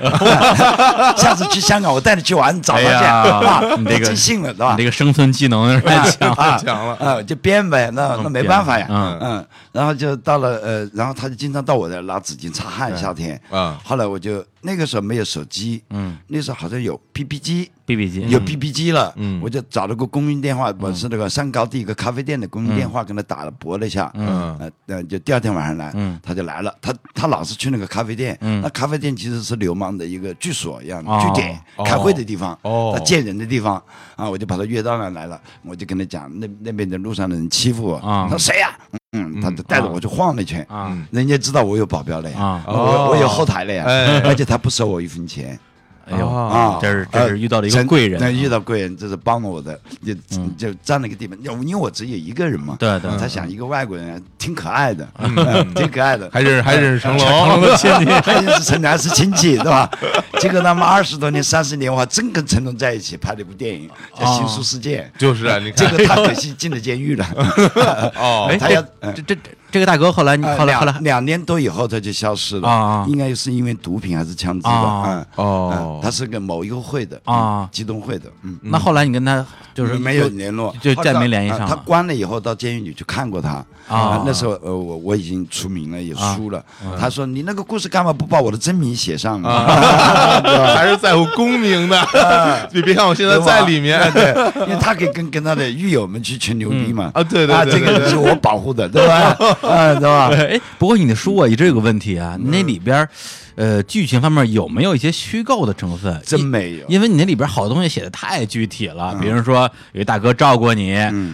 S3: 下次去香港我带你去玩，找他去，
S1: 哎呀
S3: 啊
S1: 你这个
S3: 他真信了，是吧
S1: 你这？个生存技能太强了，
S2: (laughs) 太强了，
S3: 啊，就编呗，那那没办法呀，
S1: 嗯
S3: 嗯，然后就到了呃，然后他就经常到我这儿拿纸巾擦汗，夏天
S2: 啊
S3: 后来我就那个时候没有手机，嗯，那时候好像有 BB 机，
S1: B B 机
S3: 有 BB 机了，
S2: 嗯
S3: 我就找了个公用电话，我是那个山高地一个咖啡店的公用电话，跟他打了拨了一下，
S2: 嗯
S3: 呃，呃就第二天晚上来，
S1: 嗯
S3: 他就来了，他他老是去那个咖啡店，
S1: 嗯
S3: 那咖啡店其实是流氓的一个居所一样的、
S1: 哦
S3: 据点，
S2: 哦
S3: 开会的地方，
S2: 哦
S3: 他见人的地方啊，我就把他约到那来了，我就跟他讲，那那边的路上的人欺负我，
S1: 啊
S3: 他说谁呀、嗯，他就带着我去晃了一圈，
S1: 啊
S2: 嗯
S3: 人家知道我有保镖了呀，
S1: 啊，
S2: 哦
S3: 我我有后台了呀，
S2: 哎
S3: 而且他不收我一分钱。
S1: 哎呦，
S2: 啊
S3: 啊，
S1: 这是这是遇到了一个
S3: 曾
S1: 贵人啊嗯
S3: 那遇到贵人就是帮了我的，就就占了一个地方，因为因为我只有一个人嘛，
S1: 对啊嗯对
S3: 他想一个外国人啊挺可爱的， (laughs) 嗯挺可爱的，
S2: 还是还是成
S1: 哎成龙
S2: 龙，
S1: 的亲戚，
S3: 还是陈南是亲戚，对吧？结果他们二十多年、三十年，我还真跟成龙在一起拍了一部电影叫
S1: 哦
S3: 《新宿事件》，
S2: 就是啊，你
S3: 这
S2: 看
S3: 个
S1: (laughs)
S3: 他可惜进了监狱了，
S1: 嗯
S2: 哦
S1: 哎，
S3: 他要
S1: 这这这这个大哥后来你
S3: 呃
S1: 后来后来
S3: 两两年多以后他就消失
S1: 啊啊
S3: 了，应该是因为毒品还是枪支吧？
S1: 啊
S3: 嗯
S2: 哦
S3: 嗯，他是个某一个会的
S1: 啊
S3: 嗯机动会的，嗯。
S1: 那后来你跟他就是
S3: 没有联络，
S1: 就就再没联系
S3: 啊
S1: 上
S3: 他
S1: 了
S3: 关了以后到监狱里去看过他
S1: 啊嗯
S3: 那时候呃我我已经出名了，也输了。他说你那个故事干嘛不把我的真名写上呢？
S1: 啊
S2: (laughs) 还是在乎功名
S3: 嗯
S2: 的，你别看我现在在里面，
S3: 对， (laughs) 因为他可以跟跟他的狱友们去吹牛逼嘛。
S2: 嗯啊对对
S3: 啊，
S2: 对
S3: 这
S2: 对
S3: 个
S2: 对
S3: 是我保护的，对吧？
S1: (laughs)
S3: 啊，对吧？嗯
S1: 哎，不过你的书啊，一直有个问题啊，那里边儿，呃，剧情方面有没有一些虚构的成分？
S3: 真
S1: 因。
S3: 没有。嗯
S1: 因为你那里边好东西写的太具体了，比如说有一大哥照顾你，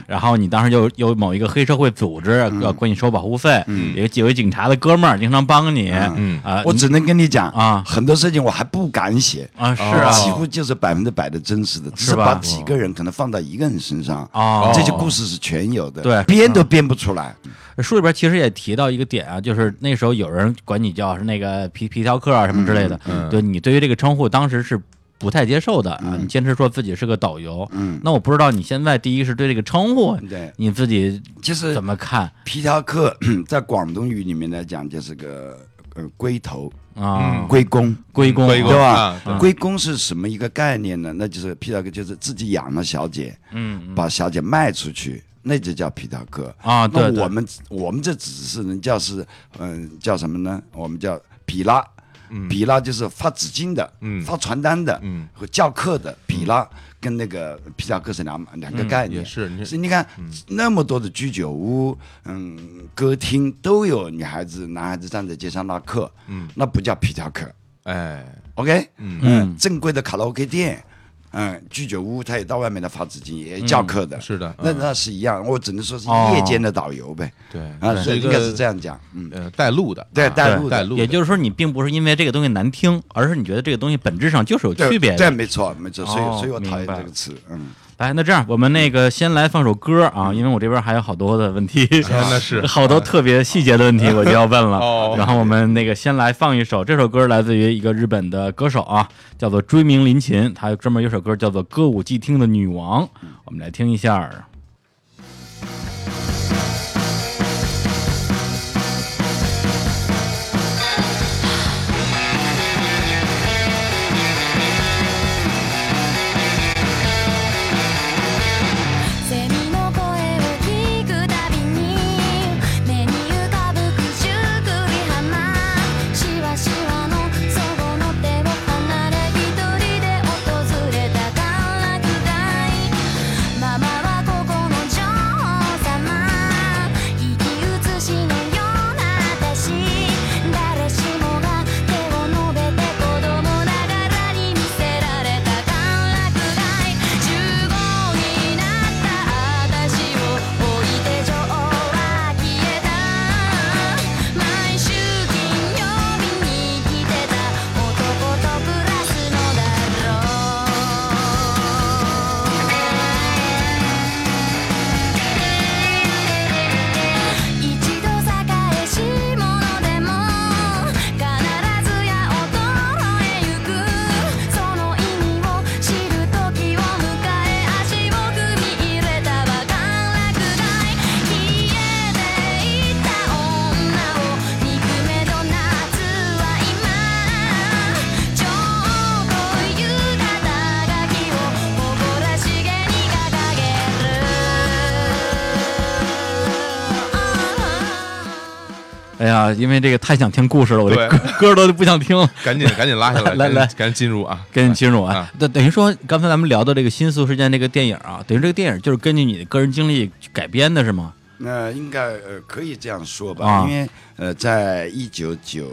S1: 然后你当时又有某一个黑社会组织
S3: 嗯
S1: 要管你收保护费，有一个有一警察的哥们儿经常帮你，
S2: 嗯
S1: 啊，
S3: (laughs) 我只能跟你讲
S1: 啊
S3: 很多事情我还不敢写
S1: 啊是啊
S3: 几乎就是百分之百的真实的，只是
S1: 吧
S3: 把几个人可能放到一个人身上
S1: 哦
S3: 这些故事是全有的，
S1: 对
S3: 编都编不出来。
S1: 书里边其实也提到一个点啊，就是那时候有人管你叫是那个皮皮条客啊什么之类的，对你对于这个称呼当时是不太接受的啊，你坚持说自己是个导游，
S3: 嗯
S1: 那我不知道你现在第一是对这个称呼
S3: 对
S1: 你自己
S3: 其实
S1: 怎么看
S3: 皮条客 (clears throat) 在广东语里面来讲就是个呃龟头、
S1: 啊？
S3: 龟公，
S1: 归功
S2: 归
S3: 对
S2: 公
S3: 吧
S2: 啊
S1: 嗯
S2: 对？
S3: 龟公是什么一个概念呢？那就是皮条客就是自己养了小姐，
S1: 嗯
S3: 把小姐卖出去，那就叫皮条客。
S1: 啊，对
S3: 那我
S1: 对
S3: 们我们这只是能叫是嗯、叫什么呢？我们叫比拉。
S1: 嗯
S3: 比拉就是发纸巾的，
S2: 嗯
S3: 发传单的，
S2: 嗯
S3: 和教课的。比拉跟那个皮条客是两两
S1: 嗯
S3: 个概念。
S2: (laughs) 也是你
S3: 所以你看，
S2: 嗯
S3: 那么多的居酒屋，嗯，歌厅都有女孩子、男孩子站在街上拉客，
S2: 嗯，
S3: 那不叫皮条客
S2: 哎，
S3: ，OK，
S2: 嗯
S3: 正规的卡拉 OK 店，嗯，居酒屋他也到外面来发纸巾，也叫客的，
S2: 是的
S3: 那
S2: 嗯
S3: 那是一样，我只能说是
S1: 哦
S3: 夜间的导游呗，
S2: 对
S3: 啊，所
S2: 是
S3: 以
S2: 一
S3: 应该是
S2: 个
S3: 这样讲，嗯，
S2: 呃带路的，
S3: 对带路
S2: 带
S3: 的
S2: 路的，
S1: 也就是说你并不是因为这个东西难听，而是你觉得这个东西本质上就是有
S3: 对
S1: 区别的。
S3: 对，没错没错，所以
S1: 哦
S3: 所以我讨厌
S1: 明白
S3: 这个词，嗯，
S1: 来，那这样我们
S2: 嗯
S1: 那个先来放首歌啊，因为我这边还有好多的问题，
S2: 啊
S1: (laughs)
S2: 那是
S1: 好多特别细节的问题我就要问了。
S2: (laughs) 哦
S1: 然后我们那个先来放一首，这首歌来自于一个日本的歌手啊，叫做追名林琴，他专门有首歌叫做《歌舞伎町的女王》，
S2: 嗯
S1: 我们来听一下儿。
S4: セミの声を聞くたびに目に浮かぶくしゅくり花しわしわの祖母の手を離れ一人で訪れた歓楽街ママはここ
S1: 哎呀，因为这个太想听故事了，我这
S2: 对
S1: 歌歌都不想听了。
S2: 赶紧赶紧拉下
S1: (laughs)
S2: 来，
S1: 来
S2: 赶紧
S1: 来
S2: 赶紧进入啊！
S1: 给你进入啊
S2: 啊，
S1: 等等于说，刚才咱们聊的这个《新宿事件》这个电影啊，等于这个电影就是根据你的个人经历改编的是吗？
S3: 那应该呃可以这样说吧，
S1: 啊
S3: 因为呃，在一九九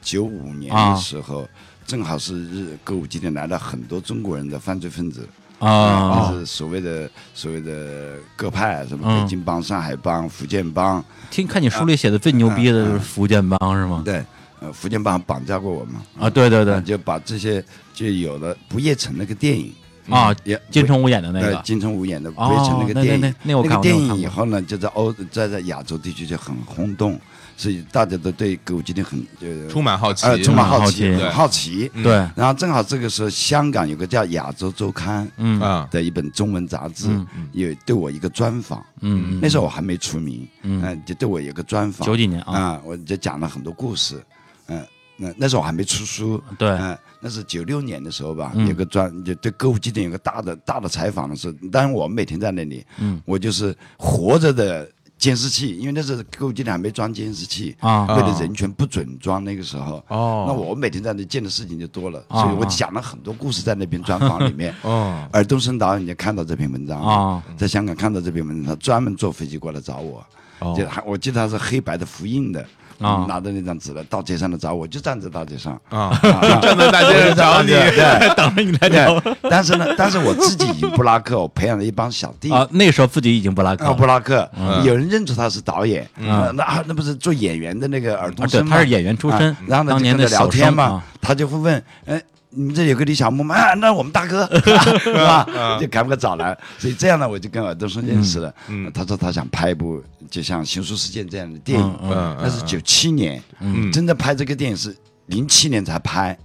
S3: 九五年
S1: 啊
S3: 的时候，正好是日歌舞伎町来了很多中国人的犯罪分子，
S1: 啊
S3: 就，是所谓的所谓的各派，啊什么
S1: 嗯
S3: 北京帮、上海帮、福建帮，
S1: 听看你书里写的最牛逼的就是福建帮是吗？
S3: 对，呃，福建帮绑架过我们，
S1: 啊，对对对，
S3: 就把这些就有了《不夜城》那个电影
S1: 啊，
S3: 也
S1: 金城武演的那
S3: 呃
S1: 个，
S3: 嗯金城武演的《不
S1: 哦
S3: 夜城》那
S1: 那
S3: 个电
S1: 那
S3: 影
S1: 那，那我看
S3: 个
S1: 过
S3: 电
S1: 那我看
S3: 影以
S1: 过
S3: 后呢，就在欧在在亚洲地区就很轰动，所以大家都对歌舞伎町很呃
S2: 充满好奇，嗯
S3: 呃充满
S1: 好
S3: 好
S1: 奇
S3: 奇，
S2: 对
S3: 很好奇。
S2: 嗯
S1: 对，
S3: 然后正好这个时候，香港有个叫《亚洲周刊》
S1: 嗯
S2: 啊，
S3: 的一本中文杂志
S1: 嗯，
S3: 也对我一个专访。
S1: 嗯
S3: 那时候我还没出名，
S1: 嗯
S3: 嗯，就对我有个专访
S1: 九。几年啊，
S3: 啊，我就讲了很多故事。嗯，那那时候我还没出书。
S1: 对
S3: 嗯，那是九六年的时候吧，
S1: 哎嗯
S3: 有个专就对歌舞伎町有个大的大的采访的时候，当然我每天在那里，
S1: 嗯，
S3: 我就是活着的监视器，因为那时候歌舞伎町还没装监视器，
S1: 啊
S2: 啊
S3: 为了人权不准装那个时候。
S2: 哦，
S3: 那我每天在那见的事情就多了，
S1: 啊
S3: 所以我
S1: 啊
S3: 讲了很多故事在那篇专访里面。
S2: 哦，
S3: (laughs) 尔冬升导演就看到这篇文章了
S1: 啊
S3: 在香港看到这篇文章，他专门坐飞机过来找我，
S2: 哦
S3: 就还我记得他是黑白的复印的，
S1: 啊
S3: 拿着那张纸来到街上来找我，就站在大街上。 (laughs)
S2: 啊，站在大街上找你，
S3: 对，
S1: 等着你来聊
S3: 对，但是呢，但是我自己已经布拉克，我培养了一帮小弟
S1: 啊，嗯那时候自己已经布拉克
S3: 啊，布
S1: 了，
S3: 拉克，有人认出他是导演，啊那那那不是做演员的那个尔冬
S1: 嗯啊，对，
S3: 升吗？
S1: 他是演员出身
S3: 啊，然后呢，
S1: 当
S3: 就
S1: 年
S3: 跟
S1: 的
S3: 他聊
S1: 小
S3: 天
S1: 生
S3: 嘛
S1: 啊，，
S3: 他就会问，哎，你们这有个李小牧吗？啊，那我们大
S1: (laughs)
S3: 哥是
S1: 啊
S3: 吧？就赶快找来，所以这样呢，我就跟尔冬升认识了。
S1: 嗯
S3: 他说他想拍一部就像《刑事事件》这样的电影，
S2: 嗯
S3: 那是九七年，
S1: 嗯
S3: 真的拍这个电影是零七年才拍，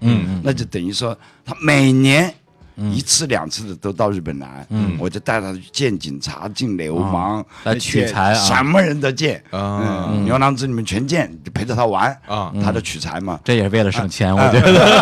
S3: 那就等于说他每年。
S1: 嗯
S3: 一次两次的都到日本来，我就带他去见警察、见流氓，
S1: 来取
S3: 见
S1: 嗯材啊
S3: 什么人都见，
S2: 啊
S3: 嗯，牛郎织女们全见，就陪着他玩
S2: 啊
S3: 他的取材嘛，
S1: 这也是为了省钱，
S3: 啊
S1: 我觉得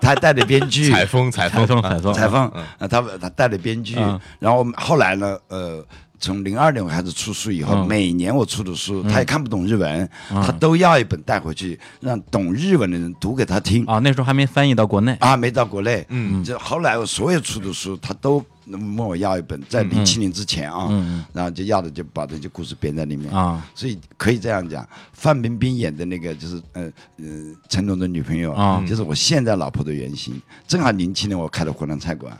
S3: 他还带着编剧，
S2: 采风采
S1: 嗯采
S2: 风
S1: 风采风
S3: 采风，啊，他他带着编剧
S1: 嗯，
S3: 然后后来呢，呃，从零二年我开始出书以后，
S1: 嗯
S3: 每年我出的书，他也看不懂日文，他都要一本带回去，让懂日文的人读给他听
S1: 啊，那时候还没翻译到国内，
S3: 啊，没到国内，嗯，就后来我所有出的书，他都问我要一本，在
S1: 嗯
S3: 零七年之前啊，然后就要的就把这些故事编在里面
S1: 啊，
S3: 所以可以这样讲，范冰冰演的那个就是呃呃成龙的女朋友
S1: 啊
S3: 就是我现在老婆的原型，正好零七年我开了湖南菜馆。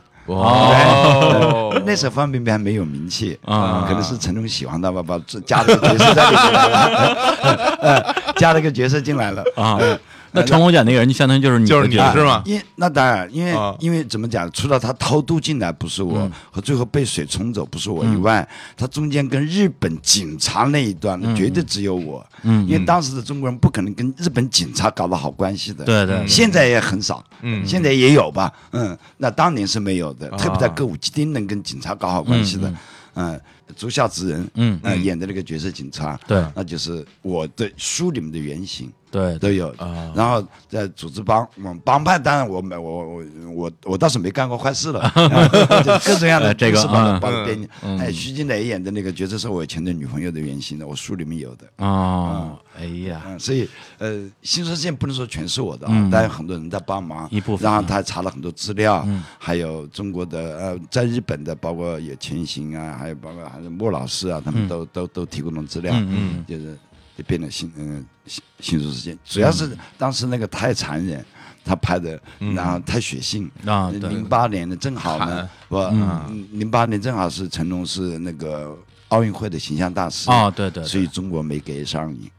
S2: 哦，
S3: 那时候范冰冰还没有名气
S1: 啊
S3: 可能是成龙喜欢她吧，把这加了个角色在里面，呃加了个 (laughs) 角色进来了。啊
S1: 啊，那成龙演那个人就相当于哦就是你
S2: 就
S1: 的
S2: 是你
S1: 角色
S2: 是吗？
S3: 因那当然，因为、
S2: 啊
S3: 因为怎么讲，除了他偷渡进来不是我，和最后被水冲走不是我以外，他中间跟日本警察那一段、绝对只有我，因为当时的中国人不可能跟日本警察搞得好关系的，
S1: 对对对
S3: 现在也很少，
S2: 嗯
S3: 现在也有吧，嗯，那当年是没有的，
S1: 啊
S3: 特别在歌舞伎町能跟警察搞好关系的，嗯。足下之人，
S1: 嗯
S3: 呃演的那个角色警察，
S1: 对
S3: 那就是我的书里面的原型，
S1: 对啊
S3: 都有然后在组织帮，我们帮派当然我没我我我我倒是没干过
S1: (laughs)
S3: 坏事了，啊就各种样
S1: 呃
S3: 的
S1: 这个
S3: 故事帮
S1: 嗯
S3: 帮编辑。哎，徐静蕾演的那个角色是我以前的女朋友的原型的，我书里面有的。
S1: 啊，哎呀，
S3: 嗯，所以呃，新射线不能说全是我的啊，但有很多人在帮忙，
S1: 嗯一部分嗯
S3: 然后
S1: 啊
S3: 他还查了很多资料，还有中国的呃，在日本的，包括有前行啊，还有包括还有莫老师啊，他们都、都都提供了资料，
S1: 嗯
S3: 就是就变得新嗯、新新射线，主要
S1: 嗯
S3: 是当时那个太残忍。他拍的，然后太血腥
S1: 啊对嗯
S3: 零八年的正好呢
S2: 惨，
S3: 不，零八年正好是成龙是那个奥运会的形象大使
S1: 啊，对对，对
S3: 所以中国没给上映。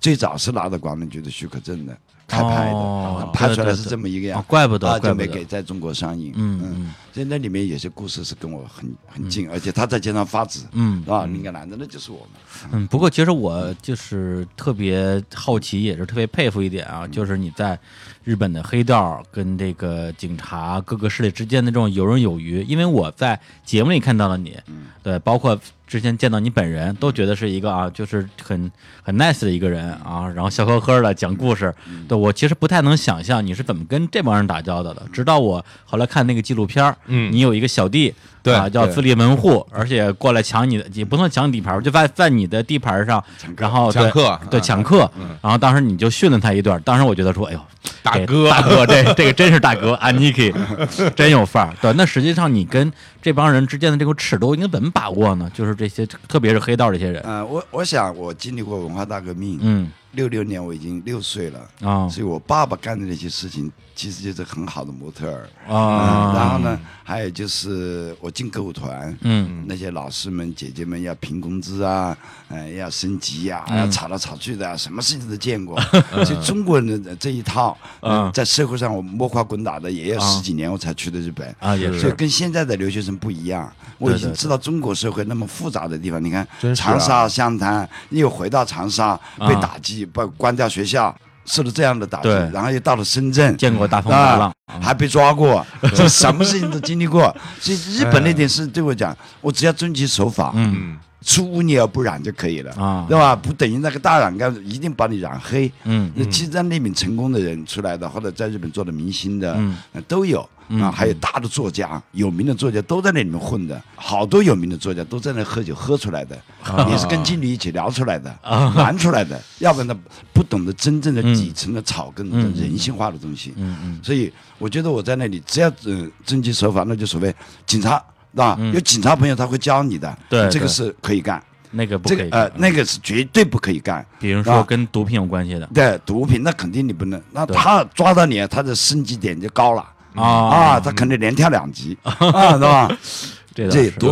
S3: 最早是拿着广电局的许可证的，开拍的啊
S1: 哦，
S3: 拍出来
S1: 对对
S3: 是
S1: 对
S3: 这么一个
S1: 啊
S3: 样，
S1: 怪不得
S3: 啊
S1: 怪
S3: 就
S1: 不得
S3: 没给在中国上映。
S1: 嗯
S3: 嗯，所以那里面有些故事是跟我很很近，而且他在街上发纸，
S1: 嗯
S3: 是吧？敏感男的那就是我们，
S1: 嗯，不过其实我就是特别好奇，也是特别佩服一点啊，就是你在日本的黑道跟这个警察各个势力之间的这种游刃有余。因为我在节目里看到了你，对，包括之前见到你本人，都觉得是一个啊，就是很很 nice 的一个人啊，然后笑呵呵的讲故事。对我其实不太能想象你是怎么跟这帮人打交道的。直到我后来看那个纪录片儿，
S2: 嗯
S1: 你有一个小弟，
S2: 对
S1: 啊，叫
S2: 对
S1: 自立门户，而且过来抢你的，也不算抢你地盘儿，就在在你的地盘儿上，然后
S2: 抢
S1: 对
S2: 客
S1: 对
S2: 嗯
S1: 抢客，然后当时你就训了他一段，当时我觉得说，哎呦，
S2: 大
S1: 这
S2: 哥
S1: 大哥，这这个真是大哥 a n i k i 真有范儿。对，那实际上你跟这帮人之间的这个尺度应该怎么把握呢？就是这些，特别是黑道这些人，
S3: 呃，我我想我经历过文化大革命，
S1: 嗯
S3: 六六、年我已经六岁了，
S1: 啊
S3: 所以我爸爸干的那些事情，其实就是很好的模特儿。嗯然
S1: 啊，
S3: 后呢，还有就是我进歌舞团，
S1: 嗯，
S3: 那些老师们、姐姐们要评工资啊，呃，要升级呀、
S1: 嗯
S3: 要吵来吵去的啊，什么事情都
S1: (laughs)
S3: 见过。所以中国人的这一套，
S1: 嗯
S3: 呃在社会上我摸爬滚打的也有十几年，我才去的日本。
S1: 啊也
S3: 所以
S1: 是，
S3: 跟现在的留学生不一样，我已
S1: 对对
S3: 经知道中国社会那么复杂的地方。你看
S2: 真，是啊
S3: 长沙、湘潭，又回到长沙
S1: 啊
S3: 被打击，被关掉学校，受了这样的打击
S1: 对，
S3: 然后又到了深圳，
S1: 见过大风大浪，
S3: 啊，还被抓过，
S1: 嗯
S3: 这什么事情都经
S1: (laughs)
S3: 历过。所以日本那点事对我讲，我只要遵纪守法，
S1: 嗯
S2: 嗯，
S3: 出污泥而不染就可以了，
S1: 啊
S3: 对吧？不等于嗯那个大染缸一定把你染黑。
S1: 嗯
S3: 那其实在那边成功的人出来的，或者在日本做的明星的，
S1: 嗯
S3: 呃都有啊，还有大的作家、有名的作家都在那里面混的，好多有名的作家都在那喝酒喝出来的，
S1: 嗯
S3: 也是跟经理一起聊出来的、玩出来的，要不然他不懂得真正的底层的草根、
S1: 嗯
S3: 人性化的东西。
S1: 嗯嗯
S3: 所以我觉得我在那里只要嗯遵纪守法，那就所谓警察。啊，有警察朋友他会教你的，
S1: 嗯对
S3: 这个
S1: 对
S3: 是可以干，
S1: 那个不
S3: 这
S1: 可
S3: 个
S1: 以
S3: 呃
S1: 干，
S3: 那个是绝对不可以干。
S1: 比如
S3: 是
S1: 说
S3: 吧
S1: 跟毒品有关系的
S3: 对，毒品那肯定你不能，那
S1: 对
S3: 他抓到你，他的升级点就高了。
S1: 啊，嗯
S3: 啊，他肯定连跳两级啊，
S1: (laughs)
S3: 对吧？
S1: 这嗯倒是
S3: 这毒品不沾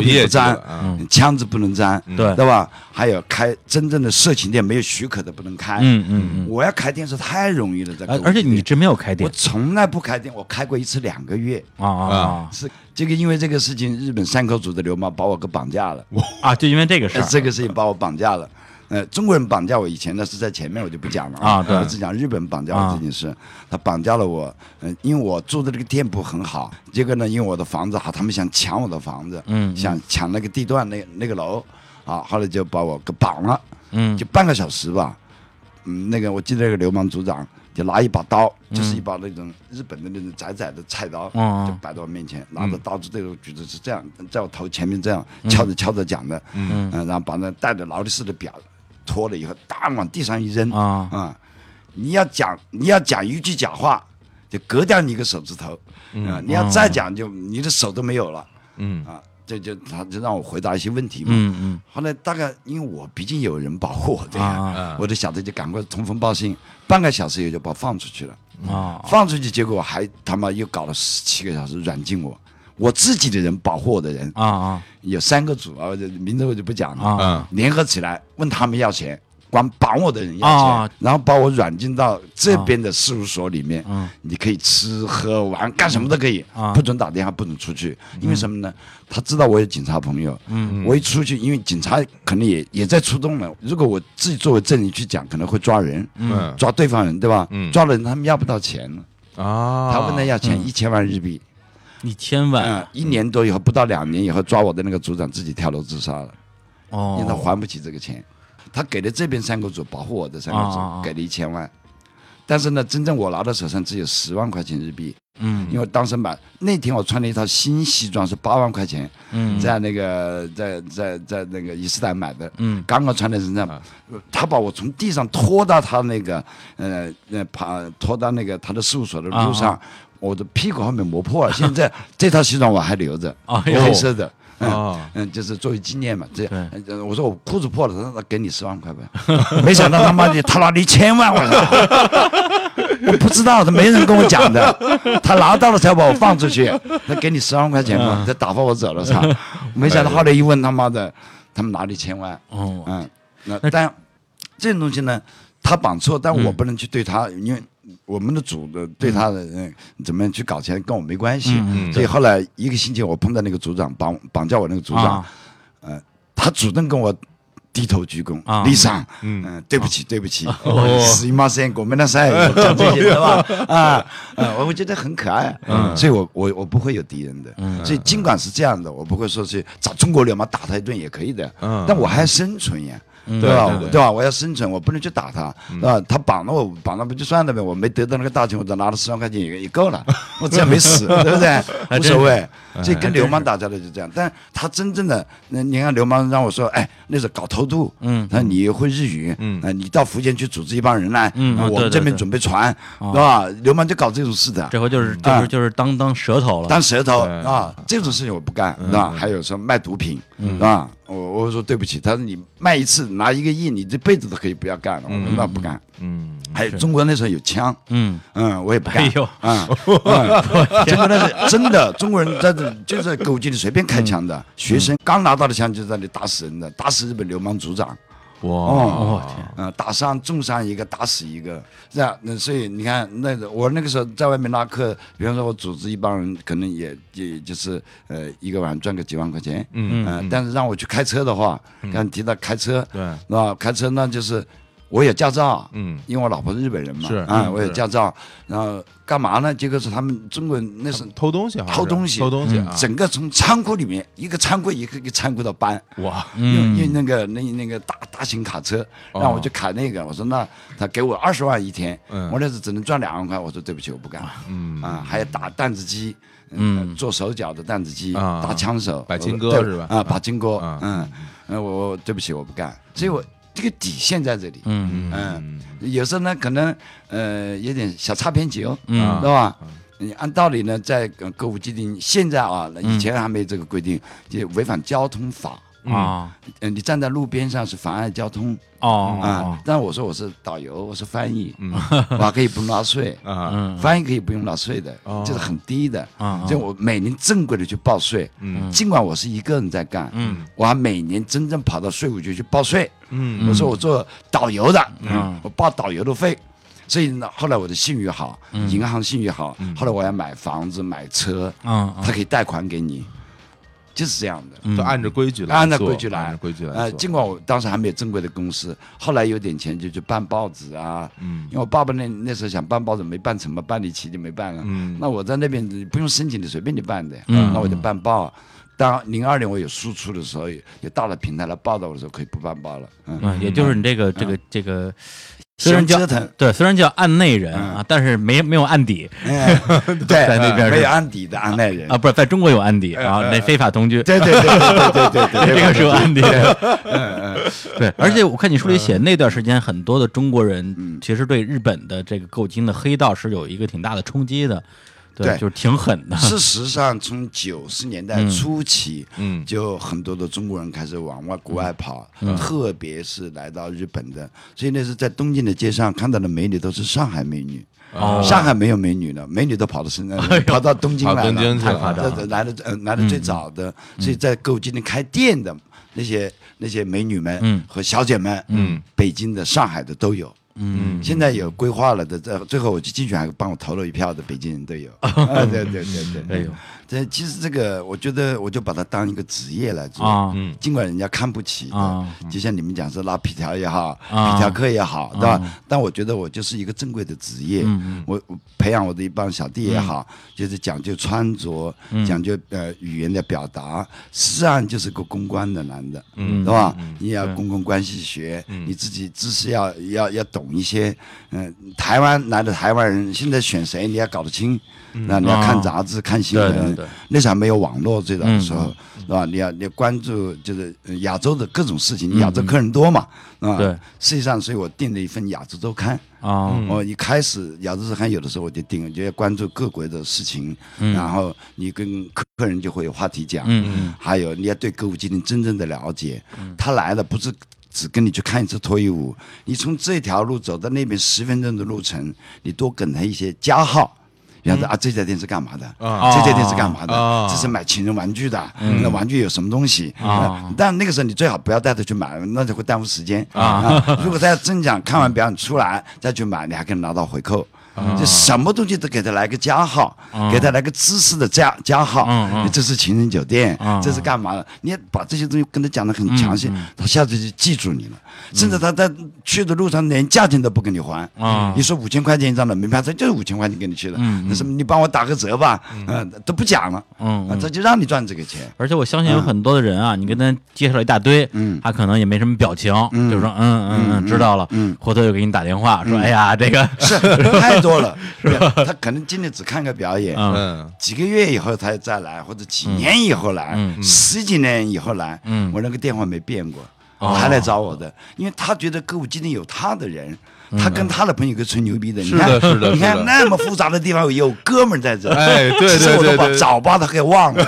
S2: 有业绩了啊，
S3: 枪支不能沾，
S1: 嗯对
S3: 对吧？还有开真正的色情店，没有许可的不能开。
S1: 嗯嗯嗯，
S3: 我要开店是太容易了，在
S1: 而
S3: 歌舞
S1: 哎而且你
S3: 店
S1: 这没有开
S3: 我
S1: 店
S3: 从来不开店，我开过一次两个月。
S1: 啊啊
S3: 是这个，因为这个事情，日本山口组的流氓把我给绑架了，
S1: 啊啊，就因为这个事
S3: 呃
S1: 儿，
S3: 这个事情把我绑架了。呃，中国人绑架我以前呢是在前面，我就不讲了
S1: 啊对啊
S3: 我只讲日本绑架我这件事。他绑架了我，嗯、因为我住的这个店铺很好，结果呢，因为我的房子好，他们想抢我的房子，
S1: 嗯嗯
S3: 想抢那个地段那那个楼，啊，后来就把我给绑了，
S1: 嗯
S3: 就半个小时吧。嗯，那个我记得那个流氓组长就拿一把刀，就是
S1: 嗯
S3: 一把那种日本的那种窄窄的菜刀，
S1: 嗯嗯嗯
S3: 就摆到我面前，拿着刀子对着我举着是这样，在我头前面这样敲着敲着讲的，嗯，然后把那带着劳力士的表脱了以后，当往地上一扔，
S1: 啊
S3: 啊，你要讲你要讲一句假话，就割掉你一个手指头，
S1: 嗯
S3: 啊，你
S1: 哦
S3: 要再讲就你的手都没有了，
S2: 嗯
S3: 啊，这就他就让我回答一些问题嘛，
S1: 嗯嗯
S3: 后来大概因为我毕竟有人保护我的呀，
S1: 啊
S2: 啊
S3: 我就想着就赶快通风报信，半个小时也就把我放出去了。
S1: 啊
S3: 放出去，结果还他妈又搞了十七个小时软禁我。我自己的人保护我的人
S1: 啊啊
S3: 有三个组啊，我就名字我就不讲了。
S1: 啊
S2: 嗯
S3: 联合起来问他们要钱，管绑我的人要钱，
S1: 啊
S3: 然后把我软禁到这边的事务所里面。
S1: 嗯
S3: 你可以吃喝玩干什么都可以，
S1: 啊嗯
S3: 不准打电话，不准出去，因为什么呢？他知道我有警察朋友，嗯，我一出去，因为警察肯定也也在出动了。如果我自己作为证人去讲，可能会抓人，
S2: 嗯
S3: 抓对方人，对吧？
S2: 嗯
S3: 抓了人他们要不到钱了。
S2: 啊，
S3: 嗯他问他要
S1: 嗯
S3: 钱一千万日币，
S1: 一千万
S3: 嗯，一年多以后，不到两年以后，抓我的那个组长自己跳楼自杀了，因为他
S1: 哦
S3: 还不起这个钱。他给了这边三个组保护我的三个
S1: 啊啊啊
S3: 组，给了一千万，但是呢，真正我拿到手上只有十万块钱日币，
S1: 嗯
S3: 因为当时买那天我穿了一套新西装，是八万块钱，
S1: 嗯
S3: 在那个在在在那个伊斯坦买的，
S1: 嗯
S3: 刚刚穿在身上，他把我从地上拖到他那个呃呃爬拖到那个他的事务所的路上，
S1: 啊
S3: 我的屁股后面磨破了。现在 (laughs) 这套西装我还留着，
S1: 哎呦
S3: 黑色的。嗯
S2: 啊，
S3: 嗯，就是作为纪念嘛。这样
S1: 对，
S3: 呃我说我裤子破了，他说那给你十万块吧。 (laughs) 没想到他妈的，他拿了一千万，我操！ (laughs) 我不知道，他没人跟我讲的，他拿到了才把我放出去。那给你十万块钱
S1: 啊
S3: 嘛，他打发我走了，操！没
S1: 哎
S3: 想到后来一问，他妈的，他们拿了一千万。
S1: 哦
S3: 嗯，那但这种东西呢，他绑错，
S1: 嗯
S3: 但我不能去对他，因为我们的组的对他的人怎么样去搞钱，跟我没关系。
S1: 嗯
S2: 嗯
S3: 所以后来一个星期，我碰到那个组长绑绑架我那个组长，
S1: 啊
S3: 他主动跟我低头鞠躬，
S1: 啊
S3: 李长，
S2: 嗯哦
S3: 嗯、对不起，对不起，哦是马先我们那赛讲这些对吧？
S2: (laughs)
S3: 啊，啊我我觉得很可爱，
S2: 嗯
S3: 所以我我我不会有敌人的，所以尽管是这样的，我不会说去找中国流氓打他一顿也可以的，
S2: 嗯
S3: 但我还要生存呀。
S2: 对
S3: 吧？
S2: 对对嗯
S3: 吧？我要生存，我不能去打他，对吧？他绑了我，绑了不就算了呗？我没得到那个大钱，我只拿了十万块钱也也够了，我只要
S2: (laughs)
S3: 没死，对不对？无所谓。所以跟流氓打架的就这样，但他真正的，那你看流氓让我说，哎，那是搞偷渡，嗯，他说你会日语，
S2: 嗯
S3: 啊，你到福建去组织一帮人来，
S1: 嗯
S3: 啊
S1: 啊
S3: 我
S1: 对对
S3: 们这边
S1: 对
S3: 准备船，对吧？流氓就搞这种事的，
S1: 这回就是就是就是当嗯啊当舌头了，
S3: 当舌头
S2: 对
S3: 啊，这种事情我不干，是吧？还有说卖毒品，是吧？我我说对不起，他说你卖一次拿一个亿，你这辈子都可以不要干了，我说那不干。
S2: 嗯，
S3: 还有中国那时候有枪，
S1: 嗯，
S3: 嗯，我也不
S1: 哎
S3: 干。
S1: 呦，
S3: 嗯，嗯中国那是真的，中国人在这就在狗街里随便开枪的，学生刚拿到的枪就在那里打死人的，打死日本流氓组长，
S1: 哇
S3: 哦，
S1: 天，
S3: 嗯，打伤重伤一个，打死一个，这样，那所以你看，那个我那个时候在外面拉客，比方说我组织一帮人，可能也也就是呃一个晚上赚个几万块钱，
S2: 嗯
S3: 呃但是让我去开车的话，刚才提到开车，
S2: 对，
S3: 是吧？开车那就是我有驾照，
S2: 嗯
S3: 因为我老婆是日本人嘛，
S2: 是
S3: 啊，
S2: 嗯
S3: 我有
S2: 是
S3: 驾照，然后干嘛呢？结果是他们中国人那是
S2: 偷东西好像是，
S3: 偷东西嗯
S2: 偷东西啊，
S3: 整个从仓库里面一个仓库一个一个仓库的搬，
S2: 哇，
S3: 用用那个那那个大大型卡车，
S2: 嗯哦
S3: 让我去砍那个。我说那他给我二十万一天，
S2: 嗯
S3: 我那是只能赚两万块。我说对不起，我不干了。
S2: 嗯
S3: 啊，还有打弹子机，嗯，做手脚的弹子机，
S2: 啊
S3: 打枪手，
S2: 摆金
S3: 我
S2: 鸽
S3: 对
S2: 是吧
S3: 啊，把金鸽
S2: 啊，
S3: 嗯，那我我对不起，我不干。所以我这个底线在这里。
S1: 嗯
S3: 嗯，有时候呢，可能呃有点小擦边球，
S1: 嗯
S3: 对哦吧？你按道理呢，在呃购物基地现在啊，以前还没这个规定，就违反交通法。
S1: 啊
S3: 嗯，你站在路边上是妨碍交通
S1: 哦嗯
S3: 啊
S1: 哦。
S3: 但我说我是导游，我是翻译，我还可以不用
S1: (laughs)
S3: 纳税，
S2: 嗯啊，
S1: 嗯
S3: 翻译可以不用纳税的，
S2: 哦
S3: 这是很低的
S1: 啊。
S3: 就我每年正规的去报税，
S2: 嗯
S3: 尽管我是一个人在干，
S1: 嗯
S3: 我还每年真正跑到税务局去报税。
S2: 嗯
S3: 我说我做导游的，啊
S1: 嗯
S3: 我报导游的费。所以呢，后来我的信誉好，银行信誉好。后来我要买房子、买车，
S1: 嗯
S3: 他可以贷款给你，就是这样的。
S2: 就按照规矩来做，
S3: 嗯按照规矩来
S2: 按照规矩来做，
S3: 呃，尽管我当时还没有正规的公司，后来有点钱就去办报纸啊，
S2: 嗯
S3: 因为我爸爸那那时候想办报纸没办成嘛，办理奇就没办了。
S2: 嗯
S3: 那我在那边不用申请的，随便你办的，
S1: 嗯
S3: 那我就办报。当零二年我有输出的时候，有有大的平台来报道我的时候，可以不办报了。嗯，
S1: 嗯，也就是你这个这个这个，虽然叫
S3: 嫌折腾，
S1: 对，虽然叫案内人啊，但是没没有案底
S3: 哎 (laughs) 对，在
S1: 那边是
S3: 没有案底的案内人
S1: 啊，。不是在中国有案底啊，那非法同居，
S3: 对对对对对 (laughs) 对对，
S1: 这个是有案底。嗯
S3: 嗯嗯
S1: (laughs) 对，而且我看你书里写那段时间，很多的中国人其实对日本的这个购金的黑道是有一个挺大的冲击的，
S3: 对
S1: 就是挺狠的。
S3: 事实上，从九十年代初期，
S2: 嗯
S3: 就很多的中国人开始往外国外跑，特别是来到日本的。所以那时在东京的街上看到的美女都是上海美女，
S1: 哦
S3: 上海没有美女了，美女都跑到深圳，跑到东京
S2: 跑
S3: 来
S2: 东京
S3: 了，
S2: 去了太夸
S1: 张了
S3: 这这来的呃来的最早的，所以在购今天开店的那些那些美女
S1: 嗯
S3: 们和小姐们，
S2: 嗯，
S3: 北京的、上海的都有。
S2: 嗯
S3: 现在有规划了的，这最后我去竞选还帮我投了一票的北京人
S1: (laughs)
S3: 都有。啊，对对
S1: 哎
S3: 对对，
S1: 呦
S3: 这其实这个我觉得我就把它当一个职业来做
S1: 啊
S2: 嗯
S3: 尽管人家看不起的
S1: 啊
S3: 就像你们讲是拉皮条也好，
S1: 啊嗯
S3: 皮条客也好，对吧？但我觉得我就是一个正规的职业，我我培养我的一帮小弟也好，就是讲究穿着，
S1: 嗯
S3: 讲究呃语言的表达，实际上就是个公关的男的，
S2: 嗯
S3: 对吧？你也要公共关系学，
S1: 嗯
S3: 你自己知识要要要懂一些。嗯、台湾来的台湾人现在选谁你要搞得清，那你要看
S1: 啊
S3: 杂志、看新闻，
S1: 对对嗯对
S3: 那时候还没有网络最早的时候，是吧？你要你要关注就是呃亚洲的各种事情，亚洲客人多嘛，啊，
S1: 嗯对。
S3: 实际上，所以我订了一份《亚洲周刊》。
S1: 啊，
S2: 嗯
S3: 我哦一开始《亚洲周刊》有的时候我就订，就要关注各国的事情，
S2: 嗯
S3: 然后你跟客客人就会有话题讲。
S1: 嗯
S3: 还有你要对歌舞伎町真正的了解。
S2: 嗯
S3: 他来了不是只跟你去看一次脱衣舞，你从这条路走到那边十分钟的路程，你多跟他一些加号。比方说啊，这家店是干嘛的？
S2: 嗯啊
S3: 这家店是干嘛的？
S2: 啊
S3: 这是买情人玩具的。那玩具有什么东西？
S1: 嗯啊
S3: 那但那个时候你最好不要带他去买，那就会耽误时间
S1: 啊 (laughs)
S3: 如果他要真想看完表演出来再去买，你还可以拿到回扣。
S1: 啊
S3: 就什么东西都给他来个加号，给他来个知识的加加号
S1: 嗯嗯，
S3: 这是情人酒店
S1: 嗯，
S3: 这是干嘛的？你把这些东西跟他讲的很详细，他下次就记住你了，甚至他在去的路上连价钱都不跟你还
S1: 嗯，
S3: 你说五千块钱一张的门票，他就是五千块钱给你去的，那什么你帮我打个折吧，嗯，都不讲了，
S1: 嗯
S3: 啊他就让你赚这个钱，
S1: 而且我相信有很多的人啊，你跟他介绍一大堆，
S3: 嗯
S1: 他可能也没什么表情，就说嗯嗯嗯，知道了，
S3: 嗯，
S1: 回头又给你打电话说，哎呀，这个，
S3: 是太多
S2: (laughs)
S3: 了，他可能今天只看个表演，
S1: 嗯
S2: 嗯
S3: 几个月以后他再来，或者几年以后来，
S1: 嗯
S3: 十几年以后来，
S1: 嗯
S3: 我那个电话没变过，
S1: 哦
S3: 还来找我的，因为他觉得歌舞伎町有他的人。他跟他的朋友可以吹牛逼的，你
S2: 嗯是的
S3: 看，
S2: 是的
S3: 你
S2: 是的
S3: 看那么复杂的地方有哥们儿在这，
S2: 哎对对
S3: (laughs) 其实我
S2: 对
S3: 都把
S2: 对
S3: 早把他给忘了，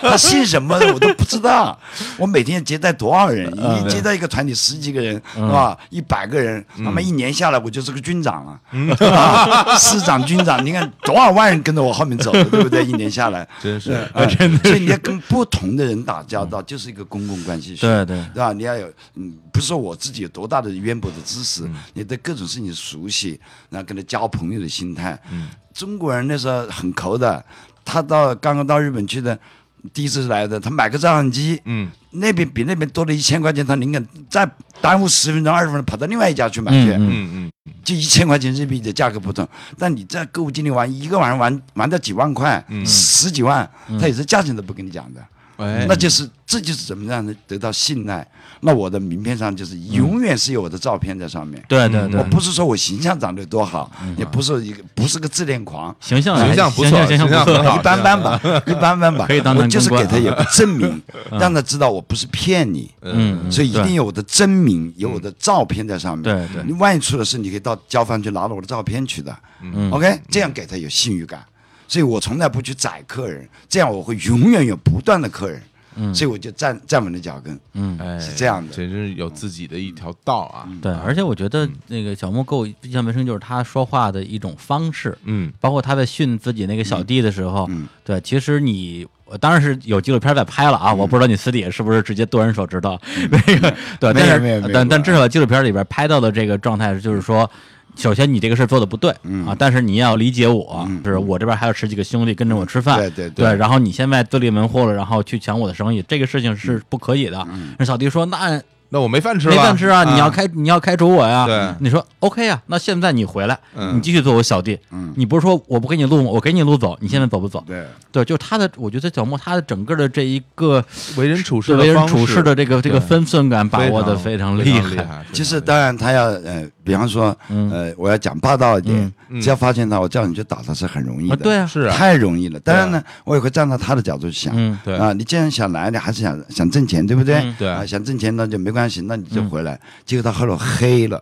S3: 他姓什么我都不知道。我每天接待多少人？
S2: 嗯
S3: 一接待一个团体十几个人，是吧？一百个人，
S2: 嗯
S3: 那么一年下来我就是个军长了，啊师长、军长，你看多少万人跟着我后面走的，对不对？一年
S2: (laughs)
S3: 下来，
S2: 真是
S3: 啊，所以你要跟不同的人打交道，就是一个公共关系学，
S1: 对对
S3: 对吧？你要有，嗯，不是说我自己有多大的渊博的知识，
S1: 嗯
S3: 你对各种事情熟悉，然后跟他交朋友的心态。
S1: 嗯
S3: 中国人那时候很抠的，他到刚刚到日本去的，第一次来的，他买个照相机，
S2: 嗯
S3: 那边比那边多了一千块钱，他宁肯再耽误十分钟二十分钟，跑到另外一家去买去。
S1: 嗯
S2: 嗯嗯，
S3: 就一千块钱日币的价格不同，但你在购物经理玩一个晚上玩玩到几万块，
S1: 嗯
S3: 十几万，他有时候价钱都不跟你讲的，
S2: 哎，
S3: 嗯那就是这就是怎么让人得到信赖。那我的名片上就是永远是有我的照片在上面，
S1: 嗯对嗯对对
S2: 嗯
S3: 我，不是说我形象长得多好，也不是一个不是个自恋狂，
S1: 形象
S2: 形象不错
S1: 形象
S2: 形象
S1: 不
S2: 很好
S1: 错，
S3: 一般
S1: (laughs)
S3: 般吧，一般般吧，
S1: 可以当
S3: 我
S1: 男
S3: 就是
S1: 公
S3: 给
S1: 关
S3: 他有个证
S1: (laughs)
S3: 明，让他知道我不是骗你。
S1: 嗯，嗯
S3: 所以一
S1: 对嗯
S3: 定有我的真名，有我的照片在上面。
S1: 对对
S2: 嗯
S3: 你万一出了事，你可以到交番去拿了我的照片去的。OK，这
S1: 嗯
S3: 样给他有信誉感。所以我从来不去宰客人，这样我会永远有不断的客人。
S1: 嗯
S3: 所以我就站站稳了脚跟。
S2: 哎
S3: 是这样的嗯
S2: 真是有自己的一条道啊。
S1: 对，而且我觉
S2: 嗯
S1: 得那个小木给我印象最深就是他说话的一种方式，
S2: 嗯，
S1: 包括他在训自己那个小弟的时候，
S3: 嗯
S1: 对，其实你。我当然是有纪录片在拍了
S3: 嗯
S1: 啊，我不知道你私底下是不是直接剁人手指头， (laughs) 那个对，
S3: 没
S1: 但
S3: 有没有
S1: 是
S3: 没有啊嗯
S1: 但但至少纪录片里边拍到的这个状态就是说，首先你这个事儿做的不对啊，但是你要理解我，就是我这边还有十几个兄弟跟着我吃饭，
S3: 嗯对对
S1: 对，然后你现在自立门户了，然后去抢我的生意，这个事情是不可以的。
S3: 嗯
S1: 那小弟说，那
S2: 那我没饭吃了，
S1: 没饭吃啊！你要开你要开除我呀！
S2: 嗯对
S1: 你说 OK 啊？那现在你回来，
S2: 嗯
S1: 你继续做我小弟。你不是说我不给你路吗？我给你路走，你现在走不走？
S2: 嗯
S3: 对，
S1: 对，就他的，我觉得小莫他的整个的这一个
S2: 为人处
S1: 对
S2: 事的
S1: 为人
S2: 方式
S1: 处事的这个这个
S2: 对
S1: 分寸感把握的
S2: 非
S1: 非
S2: 常
S1: 常
S2: 非
S1: 厉
S2: 常厉害，
S3: 就是当然他要呃，比方说
S1: 嗯
S3: 呃，我要讲霸道一点，只要发现他，我叫你去打他是很容易
S1: 啊！
S3: 的。
S1: 对啊，啊
S2: 是啊，
S3: 太容易了。当然呢，我也会站到他的角度去想。
S1: 嗯
S2: 对
S3: 啊，你既然想来，你还是想想挣钱，对不对？
S2: 对
S3: 啊，想挣钱那就没关系，那你就
S1: 嗯
S3: 回来。结果他后来黑了，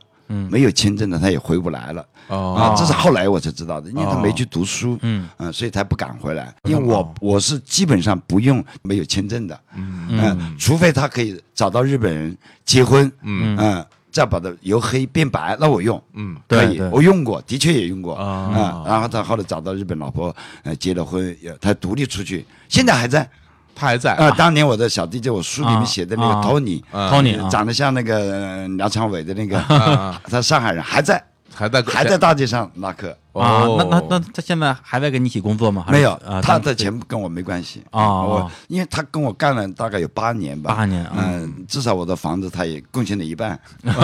S3: 没有签证了，他也回不来了。
S2: 哦
S3: 啊，这是后来我才知道的，因为他没去读书，
S1: 哦嗯
S3: 啊，所以他不敢回来。因为我我是基本上不用没有签证的，嗯，除非他可以找到日本人结婚，嗯再把它由黑变白，那我用，嗯，可
S1: 对哦
S3: 以
S1: 对，
S3: 我用过，的确也用过
S2: 啊
S3: 啊。然后他后来找到日本老婆，呃，结了婚，也他独立出去，现在还在
S2: 他还在
S3: 啊。当年我的小弟就我书里面写的那
S1: 啊啊
S3: 个托尼，
S2: 嗯
S1: Tony 啊
S3: 长得像那个呃梁朝伟的那个，
S2: 啊，
S3: (laughs) 他上海人还在。
S2: 还在
S3: 还在大街上拉客，
S1: 啊
S2: 哦，
S1: 那那那他现在还在跟你一起工作吗？还是
S3: 没有
S1: 啊，，
S3: 他
S1: 当
S3: 的钱跟我没关系
S1: 哦
S3: 我因为他跟我干了大概有八年吧，
S1: 八年啊
S3: 嗯，至少我的房子他也贡献了
S1: (laughs)
S3: 一半，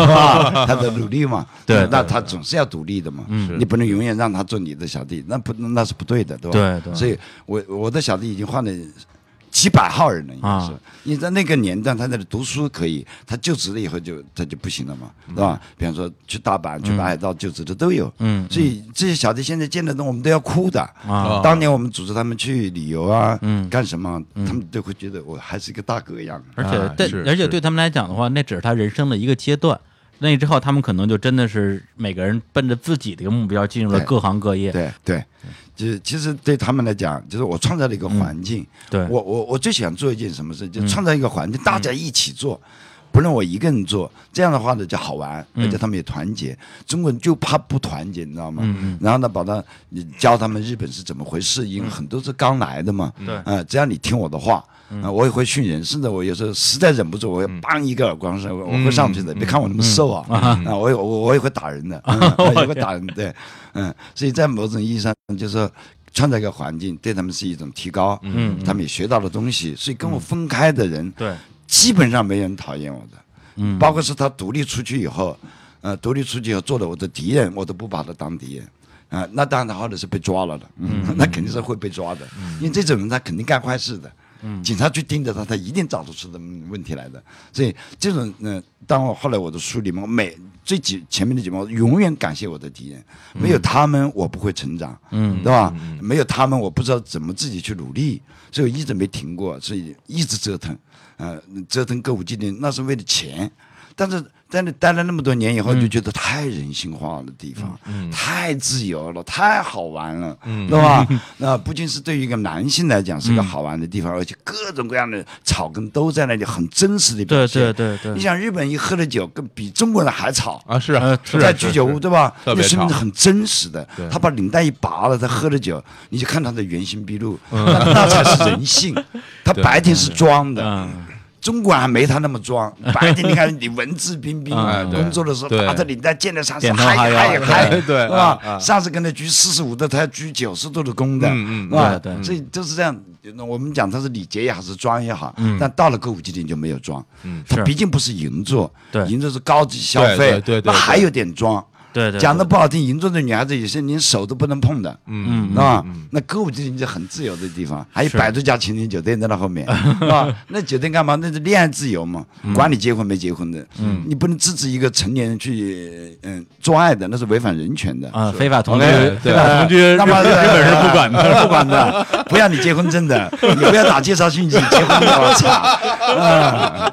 S3: 他的努力嘛，嗯
S1: 对嗯
S3: 那他总是要独立的嘛，
S2: 是
S3: 你不能永远让他做你的小弟，那不那是不对的，对吧？
S1: 对对
S3: 所以我我的小弟已经换了。几百号人了，应该是
S1: 啊。
S3: 你在那个年代，他在那里读书可以，他就职了以后就他就不行了嘛，对吧？比方说去大阪、去北海道就职的都有，
S1: 嗯
S3: 所以这些小弟现在见得到我们都要哭的
S2: 哦
S1: 啊嗯
S3: 当年我们组织他们去旅游啊，干什么，他们都会觉得我还是一个大哥一样。
S1: 而且
S2: 啊
S1: 对
S2: 是，
S1: 而且
S2: 是
S1: 对他们来讲的话，那只是他人生的一个阶段。那之后，他们可能就真的是每个人奔着自己的一个目标进入了
S3: 对
S1: 各行各业。
S3: 对对，就是其实对他们来讲，就是我创造了一个环境。
S1: 嗯对嗯
S3: 我我我最想做一件什么事，就创造一个环境，大家一起做。不让我一个人做，这样的话呢就好玩，
S1: 嗯
S3: 而且他们也团结。中国人就怕不团结，你知道吗？
S1: 嗯
S3: 然后呢，把他你教他们日本是怎么回事，因为很多是刚来的嘛。
S1: 对
S3: 啊、只要你听我的话。啊、我也会训人，甚至我有时候实在忍不住，我会梆一个耳光上，我会上去的。别看我那么瘦啊，啊，我也我我也会打 (laughs) 人的，嗯我也会打人，对，嗯，所以在某种意义上，就是说创造一个环境，对他们是一种提高，嗯，他们也学到了东西，所以跟我分开的人，
S1: 对，
S3: 基本上没人讨厌我的，嗯，包括是他独立出去以后，呃，独立出去以后做了我的敌人，我都不把他当敌人。啊、那当然，后来是被抓了的，嗯， (laughs) 那肯定是会被抓的，因为这种人他肯定干坏事的，嗯，警察去盯着他，他一定找得出的问题来的。所以这种，嗯、当我后来我的书里面，我每最几前面的几幕，我永远感谢我的敌人，没有他们我不会成长，嗯，对吧？没有他们我不知道怎么自己去努力，所以我一直没停过，所以一直折腾，呃，折腾歌舞伎町那是为了钱，但是在那待了那么多年以后，就觉得太人性化了地方，太自由了，太好玩了，对吧？那不仅是对于一个男性来讲是个好玩的地方，而且各种各样的草根都在那里，很真实的表
S1: 对
S3: 现。
S1: 对对对
S3: 你，想日本一喝了酒，更比中国人还吵。
S2: 啊，是啊
S1: 呃，
S2: 是啊
S3: 在
S2: 是
S3: 居酒
S2: 是
S3: 屋对吧？
S2: 特
S3: 那
S2: 别
S3: 说明
S2: 吵
S3: 是很真实的
S2: 对。
S3: 他把领带一拔了，他喝了酒，你就看他的原形毕露，那 (laughs) 那才是
S2: (laughs)
S3: 人性。他
S2: 嗯对
S3: 白天是装的
S1: 嗯，
S3: 中国人还没他那么
S2: (laughs)
S3: 装。白天你看你文质彬彬
S1: 嗯，
S3: 工作的时候
S2: 啊对
S3: 拿着领带见了上司，
S1: 点头
S3: 嗨
S1: 哈腰
S3: 嗨嗨，
S2: 对对
S3: 是吧？
S2: 啊
S3: 上次跟他鞠四十五度，他要鞠九十度的躬的，
S2: 嗯嗯
S3: 是吧？
S1: 对对
S3: 所以就是这样。那我们讲他是礼节也好，是装也好，
S2: 嗯
S3: 但到了歌舞伎町就没有装，他
S1: 是
S3: 毕竟不是银座，
S1: 对
S3: 银座是高级消
S2: 对
S3: 费，
S2: 对对对
S3: 那还
S2: 对
S3: 有点装。
S1: 对对，
S3: 讲的
S1: 的
S3: 不好听，银座的女孩子有些连手都不能碰的，
S2: 嗯
S3: 是吧？那歌舞伎町就很自由的地方，还有百度家情侣酒店在那
S1: (laughs)
S3: 后面，是吧？那酒店干嘛？那是恋爱自由嘛，
S1: 嗯
S3: 管你结婚没结婚的，你不能制止一个成年人去嗯做爱的，那是违反人权的。
S1: 啊，非法同居
S2: OK，，
S1: 非
S2: 对
S1: 法同居，日
S3: 那
S1: 本 (laughs)
S3: 么
S1: 日本是不管的，
S3: (laughs) 不管的，不要你结婚
S1: (laughs)
S3: 证的，你不要打介绍信息，结婚的我操！啊，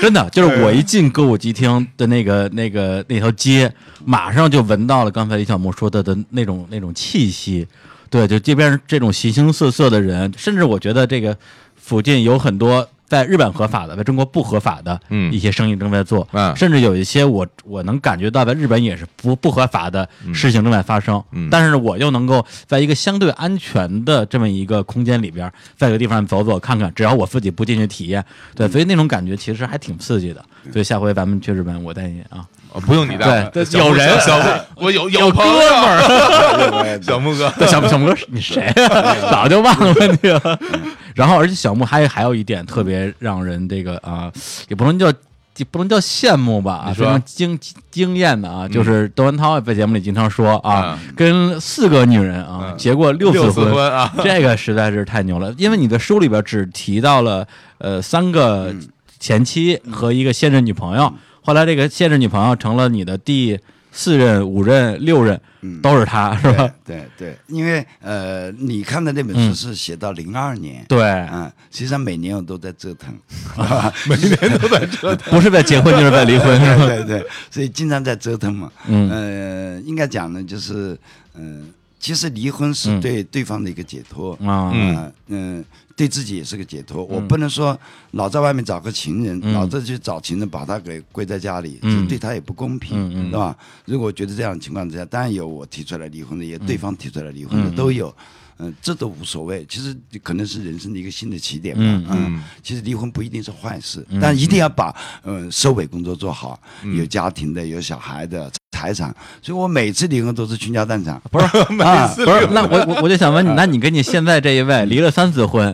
S1: 真的就是我一进歌舞伎町的那个那个那条街，马上就闻到了刚才李小牧说的的那种那种气息。对，就这边这种形形色色的人，甚至我觉得这个附近有很多在日本合法的，在中国不合法的
S2: 嗯
S1: 一些生意正在做，
S2: 嗯
S1: 甚至有一些我我能感觉到在日本也是不不合法的事情正在发生，
S2: 嗯
S1: 但是我又能够在一个相对安全的这么一个空间里边，在一个地方走走看看，只要我自己不进去体验，对，
S2: 嗯
S1: 所以那种感觉其实还挺刺激的。所以下回咱们去日本，我带你啊，
S2: 哦不用你带，
S1: 对
S2: 小木
S1: 有人
S2: 小木，我有
S1: 有
S2: 朋
S1: 哥们
S2: 友，
S1: 儿，
S2: 小木哥，
S1: (laughs) 小木小木哥是你谁
S2: (laughs)
S1: 啊？早就忘了你了。 (laughs) 然后，而且小木还还有一点特别让人这个啊、也不能叫。也不能叫羡慕吧，啊，
S2: 你
S1: 非
S2: 说嗯
S1: 常惊惊艳的啊，就是窦文涛在节目里经常说啊，跟四个女人啊
S2: 嗯
S1: 结过六
S2: 六
S1: 次
S2: 次婚啊，
S1: (laughs) 这个实在是太牛了，因为你的书里边只提到了呃三个
S2: 嗯
S1: 前妻和一个现任女朋友，后来这个现任女朋友成了你的第四任、五任、六任，
S2: 嗯
S1: 都是她， (laughs) 是吧？嗯
S3: 对对，因为呃，你看的那本书是写到零二年，
S1: 对，
S3: 啊，实际上每年我都在折
S1: (laughs)
S3: 腾， (laughs)
S1: 不是在结婚就是在离婚，是 (laughs) 吧？
S3: (laughs) 对对，所以经常在折腾嘛。
S1: 嗯
S3: 呃，应该讲呢，就是嗯、呃其实离婚是
S1: 嗯
S3: 对对方的一个解脱
S1: 啊
S2: 嗯
S3: 啊嗯、对自己也是个解脱。
S1: 嗯
S3: 我不能说老在外面找个情人，老在去找情人把他给归在家里，
S1: 嗯
S3: 这对他也不公平，
S1: 嗯嗯
S3: 对吧？如果觉得这样的情况之下，当然有我提出来离婚的，也对方提出来离婚的、
S1: 嗯
S3: 都有。嗯，这都无所谓，其实可能是人生的一个新的起点吧。啊
S1: 嗯
S2: 嗯
S3: 其实离婚不一定是坏事，但一定要把嗯、呃收尾工作做好，
S1: 嗯
S3: 有家庭的，有小孩的。财产，所以我每次离婚都是倾家荡产。
S1: 不是，啊，不是，那我我我就想
S3: 嗯
S1: 问你，那你跟你现在这一位离了三次婚，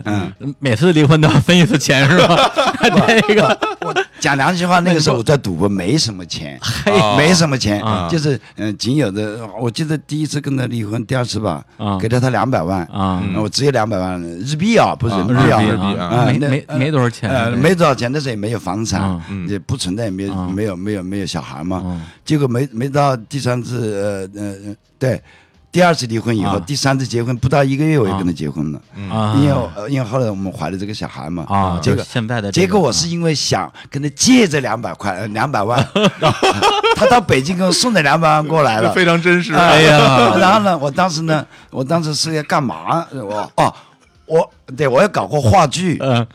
S1: 每次离婚都要分一次钱是
S3: (laughs)
S1: 吧？这
S3: 啊
S1: 个，
S3: 讲良心话，那个时候我在赌博，没什么
S1: (laughs)
S3: 钱，
S2: 哦
S3: 没什么钱
S1: 啊，
S3: 就是嗯、呃仅有的。我记得第一次跟他离婚，第二次吧
S1: 啊，
S3: 给了他两百万
S1: 啊
S3: 那我只有两百万日币啊，不是人民币
S2: 啊
S3: 啊，
S2: 日币啊
S1: 没
S3: 那
S1: 没没多少钱
S3: 呃，没多少钱，那时候也没有房产
S1: 啊，
S3: 也不存在，也没有
S1: 啊
S3: 没有没有没有小孩嘛
S1: 啊。
S3: 结果没没到第三次，呃呃呃，对，第二次离婚以后，
S1: 啊
S3: 第三次结婚不到一个月，我就跟他结婚了，
S1: 啊
S3: 因为我呃因为后来我们怀了这个小孩嘛。
S1: 啊，
S3: 结
S1: 就
S3: 果
S1: 是现在的这嗯
S3: 结
S1: 个
S3: 果我是因为想跟他借这两百块，呃两百万， (laughs) 然后他到北京给我送了两百万过来
S2: (laughs)
S3: 了啊
S2: 这，非常真实，
S1: (laughs) 哎 (laughs) 呀
S3: (laughs) 然后呢，我当时呢，我当时是要干嘛？我哦，我对我也搞过话剧，
S1: 嗯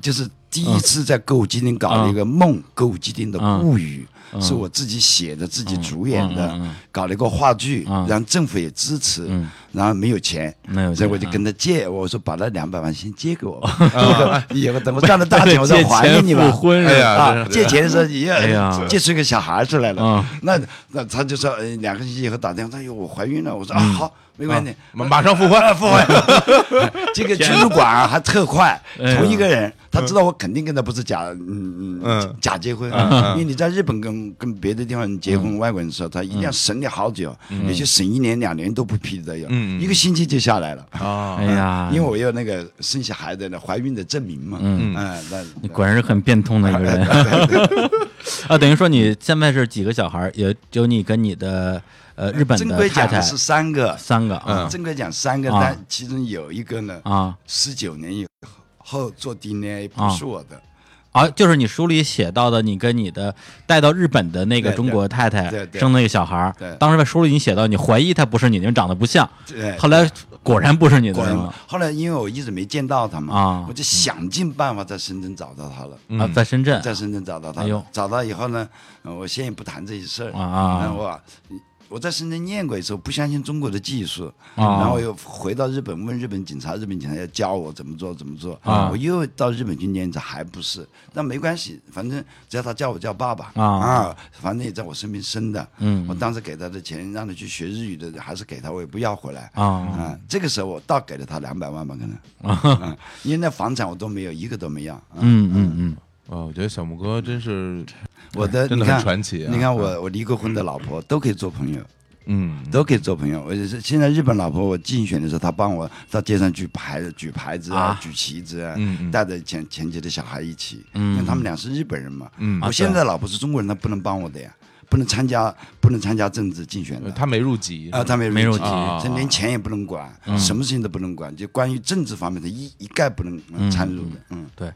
S3: 就是第一次在歌舞伎町搞了一个梦歌舞伎町的物语，是我自己写的，自己主演
S1: 嗯嗯嗯
S3: 的，搞了一个话剧
S1: 嗯，
S3: 然后政府也支持，然后没有钱，
S1: 没有钱
S3: 所以我就跟他借，我说把那两百万先借
S1: (laughs)
S3: 给我吧，以后 (laughs) 以后等我赚了大钱，我再
S1: 啊借
S3: 还给
S1: 钱
S3: 你
S1: 复
S3: 吧。
S1: 婚
S2: 哎
S1: 是吧
S2: 呀，
S3: 啊，
S2: 真是
S3: 借钱的时候也
S1: 哎呀
S3: 借出一个小孩出来了
S1: 啊，
S3: 那那他就说呃两个星期以后打电话，哎呦我怀孕了，我说啊
S1: 嗯
S3: 好没关系，
S2: 马马上复婚，复婚，
S3: (laughs) 这个群主管啊还特快，
S1: 嗯哎呀
S3: 同一个人，他知道我肯定跟他不是假，嗯
S2: 嗯
S3: 嗯，假结婚
S2: 嗯，
S3: 因为你在日本跟跟别的地方结婚，外国人的时候，他一定要审你好久，
S1: 嗯
S3: 有些审一年两年都不批的，有
S2: 嗯嗯
S3: 一个星期就下来了。
S2: 啊
S1: 哎呀，
S3: 嗯因为我有那个生下孩子的怀孕的证明嘛，嗯，哎，那
S1: 你果然是很变通的一个
S3: 哎
S1: 人 (laughs) 啊！等于说你现在是几个小孩儿？也只有你跟你的呃日本
S3: (laughs) 正
S1: 的
S3: 规
S1: 太
S3: 讲
S1: 太
S3: 的是嗯三个，
S1: 三个啊
S3: 正规讲三个，
S1: 啊
S3: 但其中有一个呢，
S1: 啊
S3: 十九年以后做 DNA 不
S1: 啊
S3: 是我的，
S1: 啊！就是你书里写到的，你跟你的带到日本的那个
S3: 对
S1: 中国太太
S3: 对对
S1: 生那个小孩儿
S3: 对
S1: 当时在书里你写到，你怀疑他不是你，因为长得不像，
S3: 对，
S1: 后来果然不是你的
S3: 哎果
S1: 是
S3: 然
S1: 吗，
S3: 后来因为我一直没见到他嘛，
S1: 啊
S3: 我就想尽办法在深圳找到他了。
S2: 嗯
S1: 啊，在深圳
S3: 嗯在深圳找到他
S1: 哎呦，
S3: 找到以后呢，呃我先也不谈这些事儿
S1: 啊啊
S3: 然后我我在深圳念过一次，我不相信中国的技术，
S1: 啊
S3: 然后我又回到日本问日本警察，日本警察要教我怎么做怎么做，
S1: 啊
S3: 我又到日本去念一次，还不是，那没关系，反正只要他叫我叫爸爸
S1: 啊
S3: 反正也在我身边生的，
S1: 嗯
S3: 我当时给他的钱让他去学日语的，还是给他，我也不要回来
S1: 啊
S3: 啊，这个时候我倒给了他两百万吧，
S1: (laughs)
S3: 可能，啊，因为那房产我都没有，一个都没要。啊
S1: 嗯嗯嗯，
S2: 哦，我觉得小木哥真是，
S3: 我的
S2: 真的
S3: 呃你看
S2: 很传奇啊
S3: 你看我我离过婚的老婆都可以做朋友，
S2: 嗯，
S3: 都可以做朋友。我就是现在日本老婆，我竞选的时候，她帮我到街上举牌举牌子
S1: 啊
S3: 啊，举旗子啊
S2: 嗯嗯，
S3: 带着前前妻的小孩一起，
S1: 嗯
S3: 因为他们俩是日本人嘛。
S2: 嗯
S1: 啊
S3: 我现在的老婆是中国人，她不能帮我的呀，不能参加不能参加政治竞选的。
S2: 他呃没入籍
S3: 啊，他没
S1: 没入
S3: 入
S1: 籍
S2: 啊
S3: 所以连钱也不能管，什么事情都不能管，就关于政治方面的一一概不能呃参入的。嗯，
S1: 对，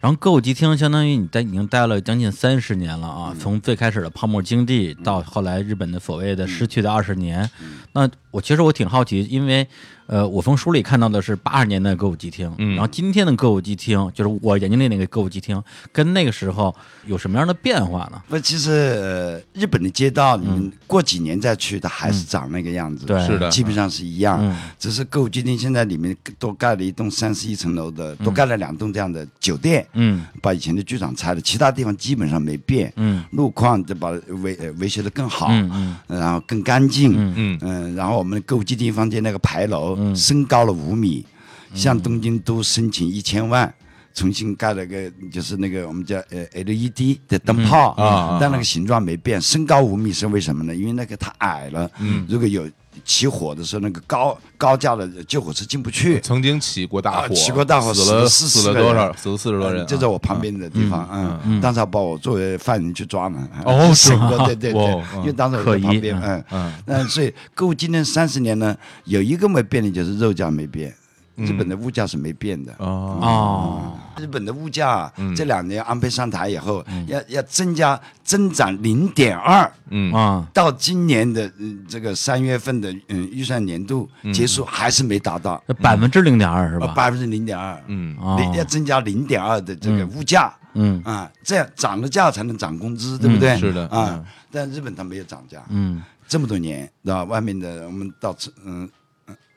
S1: 然后歌舞伎町相当于你在已经待了将近三十年了啊，
S3: 嗯
S1: 从最开始的泡沫经济到后来日本的所谓的失去的二十年，
S3: 嗯
S1: 那我其实我挺好奇，因为呃，我从书里看到的是八十年代歌舞伎町，
S3: 嗯
S1: 然后今天的歌舞伎町，就是我眼睛里那个歌舞伎町，跟那个时候有什么样的变化呢？
S3: 不，其实呃日本的街道，你们过几年再去，它还是长那个样子。
S1: 嗯对是嗯
S2: 的
S3: 基本上是一样。只是歌舞伎町现在里面多盖了一栋三十一层楼的，多盖了两栋这样的酒店。
S1: 嗯
S3: 把以前的剧场拆了，其他地方基本上没变。
S1: 嗯，
S3: 路况就把维呃维修的更好，
S1: 嗯嗯
S3: 然后更干净。
S1: 嗯
S2: 嗯
S3: 然后我们歌舞伎町坊街那个牌楼、升高了五米，
S2: 嗯
S3: 向东京都申请一千万。重新盖了个，就是那个我们叫呃 LED 的灯泡、
S2: 嗯啊
S3: 但那个形状没变，升高五米是为什么呢？因为那个太矮了，
S2: 嗯
S3: 如果有起火的时候，那个高高架的救火车进不去，
S2: 曾经起过大
S3: 啊
S2: 火，
S3: 起过大火
S2: 死了
S3: 死了
S2: 死了
S3: 44个
S2: 多
S3: 人
S2: 少？死了四十多人啊，
S3: 就在我旁边的地方，嗯，当时把我作为犯人去抓嘛，
S2: 哦
S3: 就是审
S2: 吗
S3: 过，对对
S2: 哇
S3: 对，因为当时我在旁边
S1: 可疑，
S3: 嗯嗯，所以购物今天三十年呢，有一个没变的就是肉价没变，日本的物价是没变的。
S2: 哦，
S1: 哦
S3: 日本的物价啊这两年安倍上台以后，要要增加增长零点二，
S2: 嗯
S1: 啊
S3: 到今年的嗯这个三月份的嗯预算年度结束还是没达到，
S1: 这百分之零点二是吧？
S3: 啊百分之零点二，
S2: 嗯
S1: 哦
S3: 零要增加零点二的这个物价。
S1: 嗯
S3: 啊，这样涨了价才能涨工资，对不对？
S2: 是的
S3: 啊
S2: 嗯，
S3: 但日本它没有涨价，
S1: 嗯
S3: 这么多年，对吧？外面的我们到吃嗯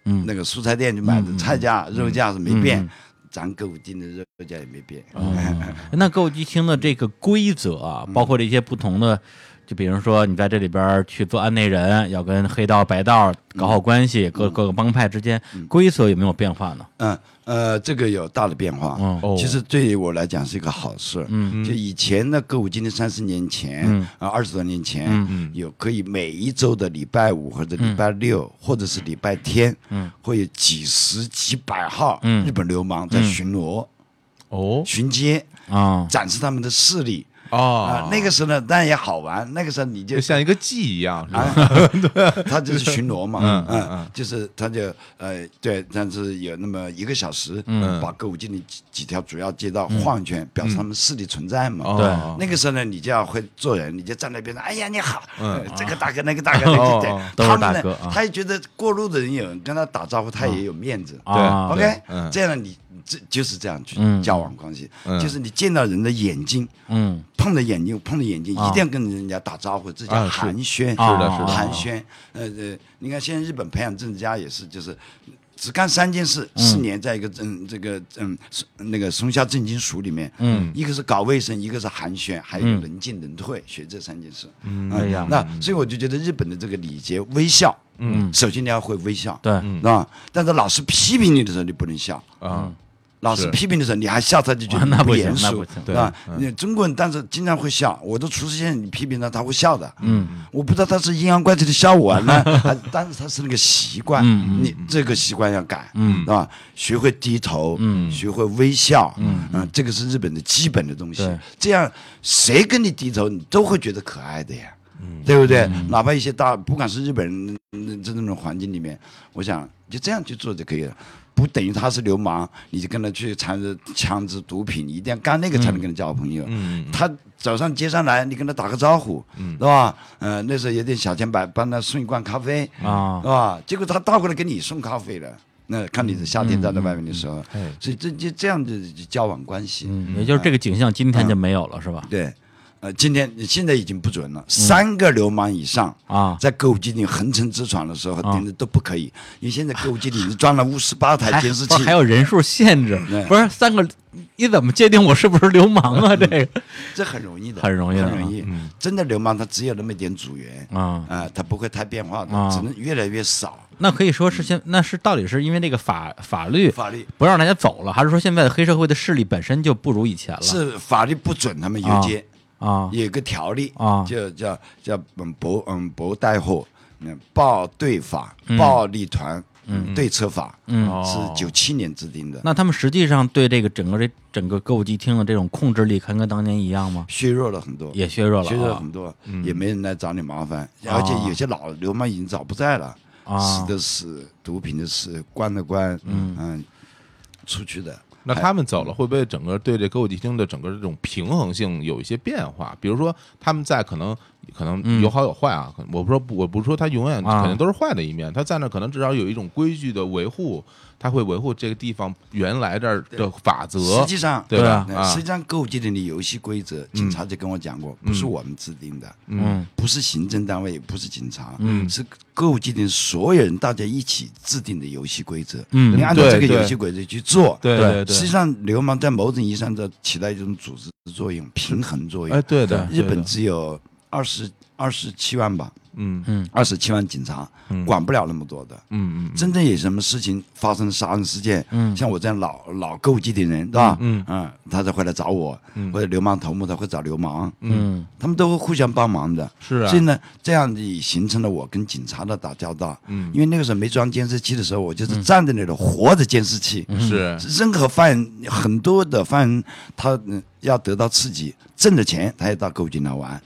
S1: 嗯
S3: 那个蔬菜店去买
S2: 嗯
S3: 的菜价、肉价是没变，咱歌舞厅的肉价也没变。
S2: 哦
S1: 那歌舞伎町的这个规则啊，
S3: 嗯
S1: 包括这些不同的，就比如说你在这里边儿去做案内人，要跟黑道、白
S3: 嗯
S1: 道搞好关系，各各个帮派之间规则有没有变化呢？
S3: 嗯呃，这个有大的变化。
S1: 嗯
S2: 哦
S3: 其实对于我来讲是一个好事。嗯，就以前的歌舞伎町三十年前啊，二十多年前，有可以每一周的礼拜五或者礼拜六或者是礼拜天，嗯，会有几十几百号日本流氓在巡逻
S2: 哦
S3: 巡街，
S1: 啊
S3: 展示他们的势力。
S2: 哦
S3: 啊，，那个时候呢，但也好玩。那个时候你就
S2: 就像一个记一样，是吧？ (laughs)
S3: 啊，他就是巡逻嘛，
S2: 嗯
S3: 嗯
S2: 嗯嗯
S3: 就是他就呃对，但是有那么一个小时，
S2: 嗯
S3: 把歌舞伎的几几条主要街道晃一圈，表示他们势力存在嘛。
S2: 哦
S1: 对
S3: 啊那个时候呢，你就要会做人，你就站那边说：“哎呀，你好，
S2: 嗯
S3: 呃这个大哥，那个
S2: (laughs)
S3: 大哥，那个
S2: 哦
S1: 都
S2: 哦
S3: 大哥。
S1: 是
S3: 他
S1: 大
S3: 们
S1: 哥
S3: 呢
S1: 啊，
S3: 他也觉得过路的人有人跟他打招呼，他也有面子。
S1: 啊
S3: OK，
S2: 嗯
S3: 这样呢你这就是这样去
S1: 嗯
S3: 交往关系，
S2: 嗯
S3: 就是你见到人的眼睛，
S1: 嗯
S3: 碰着眼睛，碰着眼睛，
S1: 啊
S3: 一定要跟人家打招呼，这
S2: 啊
S3: 叫
S2: 是
S3: 寒暄。是
S1: 的是的啊
S3: 寒暄。呃呃，你看现在日本培养政治家也是，就是只干三件事，四年在一个嗯这个嗯松那个松下政经署里面，嗯，一个是搞卫生，一个是寒暄，还有一个人进人退，学这三件事。嗯，
S1: 嗯哎呀
S3: 那所以我就觉得日本的这个礼节微笑，嗯，首先你要会微笑，
S1: 对
S3: 是吧？但是老师批评你的时候，你不能笑。嗯
S2: 啊，
S3: 老师
S2: 是
S3: 批评的时候，你还笑他就觉得
S1: 啊那不
S3: 不
S1: 行
S3: 严
S1: 那
S3: 肃，
S1: 不行嗯
S3: 对吧？你中国人但是经常会笑，我的厨师先生你批评他，他会笑的。嗯，我不知道他是阴阳怪气的笑
S1: (laughs)
S3: 我呢，还但是他是那个习惯，
S1: 嗯
S3: 你这个习惯要改，嗯，对吧？学会低头，嗯，学会微笑，嗯这个是日本的基本的东西
S1: 对。
S3: 这样谁跟你低头，你都会觉得可爱的呀。对不对？哪怕一些大，不管是日本人嗯在那种环境里面，我想就这样去做就可以了。不等于他是流氓，你就跟他去缠着枪支、毒品，你一定要干那个才能跟他交好朋友。
S2: 嗯
S3: 他早上接上来，你跟他打个招呼，嗯、是吧？呃，那时候有点小钱买，帮他送一罐咖啡，
S1: 啊
S3: 是吧？结果他倒过来给你送咖啡了。那看你的夏天站在外面的时候，所以这就这样子就交往关系。
S1: 哎嗯，也就是这个景象今天就没有了，是吧？
S3: 对，呃，今天现在已经不准
S1: 嗯
S3: 了，三个流氓以上
S1: 啊
S3: 在歌舞伎町横冲直闯的时候，等等都不可以，因为现在歌舞伎町已经装了五十八台
S1: 还
S3: 监视器
S1: 哎 (laughs) 不是，还有人数限制
S3: 对，
S1: 不是三个，你怎么界定我是不是流氓
S3: (laughs)
S1: 啊？这个
S3: (laughs) 这很容易的，
S1: 很容易的嗯
S3: 很容易。真的流氓他只有那么一点组员。
S1: 啊，
S3: 啊、他不会太变化的，
S1: 啊
S3: 只能越来越少。
S1: 那可以说是现那是到底是因为这个法法律
S3: 法律
S1: 不让大家走了，还是说现在的黑社会的势力本身就不如以前了？
S3: 是法律不准他们游街，
S1: 啊
S3: 有个条例
S1: 啊
S3: 就叫叫嗯不嗯不带货，嗯暴对法、暴力团、嗯对车法，
S1: 嗯
S2: 哦
S3: 是九七年制定的。
S1: 那他们实际上对这个整个这整个歌舞伎町的这种控制力，还跟当年一样吗？
S3: 削弱了很多，
S1: 也削弱了啊
S3: 削弱了很多，也没人来找你麻烦，而且有些老流氓已经找不在了，
S1: 啊
S3: 死的死，毒品的死，关的关，嗯出去的。
S2: 那他们走了，会不会整个对这歌舞伎町的整个这种平衡性有一些变化？比如说，他们在可能可能有好有坏啊，可我不说不，我不是说他永远
S1: 啊
S2: 肯定都是坏的一面，他在那可能至少有一种规矩的维护，他会维护这个地方原来这儿的法则
S3: 实际上，
S2: 对吧
S3: 对
S2: 啊
S3: 实际上歌舞伎町的游戏规则，警察就跟我讲过，不是我们制定的，
S1: 嗯，
S3: 不是行政单位，也不是警察，嗯，是歌舞伎町所有人大家一起制定的游戏规则，
S1: 嗯
S3: 你按照
S2: 对
S3: 这个
S2: 对
S3: 游戏规则去做，
S2: 对对对
S3: 实际上流氓在某种意义上在起到一种组织作用、平衡作用，
S2: 哎，对的，
S3: 日
S2: 对
S3: 本
S2: 的
S3: 只有二十二十七万吧，
S2: 嗯
S3: 二十七万警察，管不了那么多的。
S2: 嗯嗯
S3: 真正有什么事情发生杀人事件，像我这样老老购机的人，对吧？嗯，他才会来找我，
S2: 嗯
S3: 或者流氓头目他会找流氓，
S1: 嗯
S3: 他们都会互相帮忙的。
S2: 是啊
S3: 所以呢，这样子形成了我跟警察的打交道。嗯，因为那个时候没装监视器的时候，我就是站在那里活着监视器。
S2: 嗯，是
S3: 任何犯人，很多的犯人，他嗯要得到刺激，挣了钱他也到购进来玩，
S2: 啊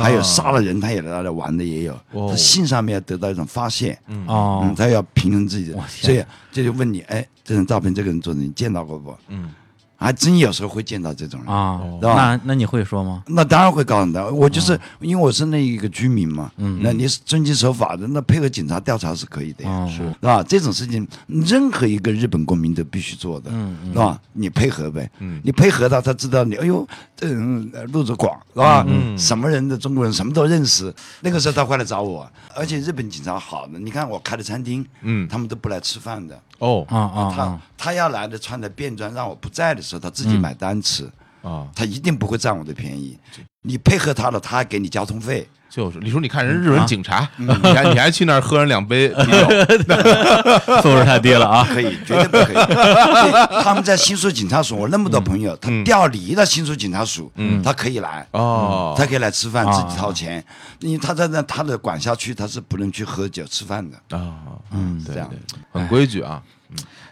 S3: 还有杀了人他也来来玩的也有，
S2: 哦
S3: 他性上面要得到一种发泄，嗯，
S1: 哦
S3: 他要平衡自己的
S1: 我，天
S3: 所以这就问你，哎，这张照片这个人做的，你见到过不？
S2: 嗯，
S3: 还真有时候会见到这种人。
S1: 啊，
S3: 知道吧
S1: 那那你会说吗？
S3: 那当然会告诉他，我就是、因为我是那一个居民嘛，那你是遵纪守法的，那配合警察调查是可以的呀，
S1: 哦
S3: 是是吧？这种事情任何一个日本公民都必须做的，是吧？你配合呗，你配合他，他知道你，哎呦，这人呃路子广，是吧？什么人的中国人什么都认识。那个时候他会来找我，而且日本警察好的，你看我开的餐厅，
S2: 嗯
S3: 他们都不来吃饭的，
S2: 哦
S1: 啊啊
S3: 他
S1: 啊
S3: 他要来的穿的便装，让我不在的时候，他自己买单吃。
S2: 啊，
S3: 他一定不会占我的便宜。你配合他了，他还给你交
S1: (laughs)
S3: 通费。
S2: 就是李叔，你看人日本警察， (laughs) 你还你还去那儿喝人两杯啤酒，
S1: 素质太低了啊！ (laughs)
S3: 可以，绝对不可以。对他们在新宿警察署，我那么多朋友，
S1: 嗯
S3: 他调离了新宿警察署，他可以来，
S2: 哦
S3: 他可以来吃饭，
S1: 啊
S3: 自己掏钱，因为他在那他的管辖区，他是不能去喝酒吃饭的。
S2: 啊，嗯，对
S3: 这样
S2: 对，很规矩啊。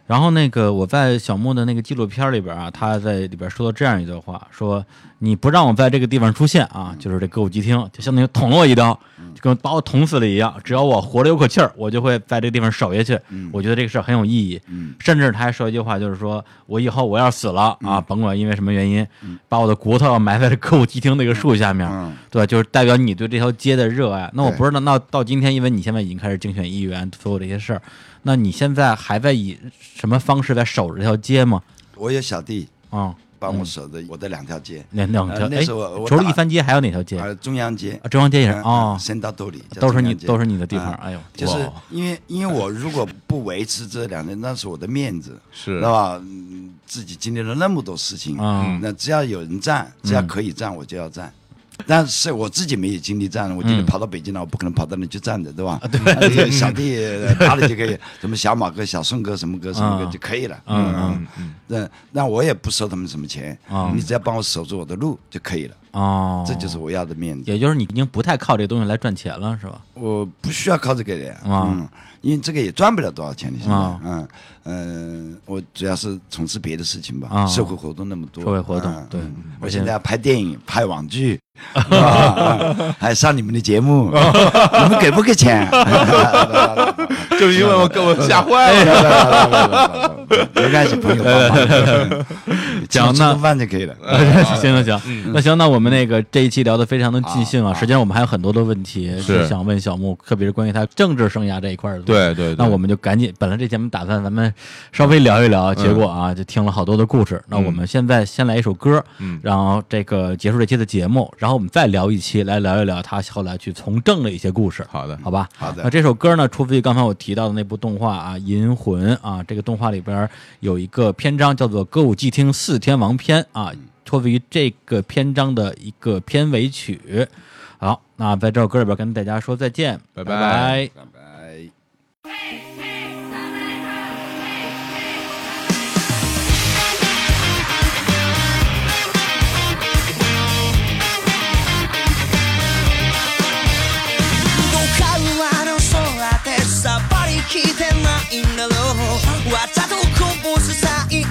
S1: 然后那个我在小莫的那个纪录片里边啊，他在里边说到这样一段话，说你不让我在这个地方出现啊，就是这歌舞伎厅，就相当于捅了我一刀，就跟把我捅死了一样。只要我活着有口气儿，我就会在这个地方守下去。我觉得这个事儿很有意义。甚至他还说一句话，就是说我以后我要死了啊，甭管因为什么原因，把我的骨头埋在这歌舞伎厅那个树下面
S3: 嗯，
S1: 对，就是代表你对这条街的热爱。那我
S3: 对
S1: 不知道，那到今天，因为你现在已经开始竞选议员，所有这些事儿，那你现在还在以什么方式在守着这条街吗？
S3: 我有小弟
S1: 啊、
S3: 帮我守着我的两条街，
S1: 两两条，
S3: 呃
S1: 哎、
S3: 那时候我我
S1: 除了
S3: 打
S1: 一番街，还有哪条街？
S3: 啊，中央街
S1: 嗯啊，中央街也是
S3: 嗯
S1: 哦
S3: 嗯先到兜里，叫
S1: 都是你
S3: 中央街
S1: 都是你的地方
S3: 嗯
S1: 哎呦
S3: 就是
S1: 哇
S3: 因为因为我如果不维持这两天，那是我的面子，
S2: 是
S3: 知道吧？嗯自己经历了那么多事情
S1: 嗯，
S3: 那只要有人站，只要可以站，我就要站。但是我自己没有精力站，我今天跑到北京了，我不可能跑到那去站着，对吧？对， (laughs) 小弟拿了就可以， (laughs) 什么小马哥、小顺哥、什么哥、什么哥
S1: 嗯
S3: 就可以了。
S1: 嗯
S3: 嗯嗯，那那我也不收他们什么钱，你只要帮我守住我的路就可以了，
S1: 哦，
S3: 嗯这就是，我要的面子。
S1: 也就是你已经不太靠这东西来赚钱了，是吧？
S3: 我不需要靠这个的，
S1: 啊
S3: 嗯，因为这个也赚不了多少钱，你现在，
S1: 啊
S3: 嗯嗯、我主要是从事别的事情吧，
S1: 啊
S3: 社会活动那么多，
S1: 社会活动
S3: 嗯
S1: 对
S3: 嗯
S1: 而
S3: 我
S1: 且
S3: 现在要拍
S1: (laughs)
S3: 电影、拍网剧， (laughs) 啊还上你们的
S1: (laughs)
S3: 节目，你们给不给钱？
S2: 就是因为我给我吓坏
S3: 哎
S2: 了。
S3: 没关系，朋友帮
S1: (laughs)
S3: 忙，嗯
S1: 讲呃
S3: 请
S1: 呢
S3: 吃顿饭就可以了。
S1: (laughs) 行行行，
S3: 嗯
S1: 那行，那我们那个这一期聊得非常的尽兴啊，实际上我们还有很多的问题
S2: 是
S1: 想问小木，特别是关于他政治生涯这一块的东西。
S2: 对对对
S1: 那我们就赶紧，本来这节目打算咱们稍微聊一
S2: 嗯
S1: 聊，结果啊就听了好多的故事。那我们现在先来一首歌，嗯，然后这个结束这期的节目，然后我们再聊一期，来聊一聊他后来去从政的一些故事。
S2: 好的
S1: 好吧，
S3: 好的
S1: 那这首歌呢，出自于刚才我提到的那部动画啊，《银魂》啊，这个动画里边儿有一个篇章叫做《歌舞伎町四天王篇》啊，
S2: 嗯
S1: 出自于这个篇章的一个片尾曲。好，那在这首歌里边跟大家说再见，
S2: 拜
S1: 拜
S2: 拜
S1: 拜
S3: 拜拜。
S5: どかうあの空でさっぱり聞いてないんだろうわざとこぼすサイン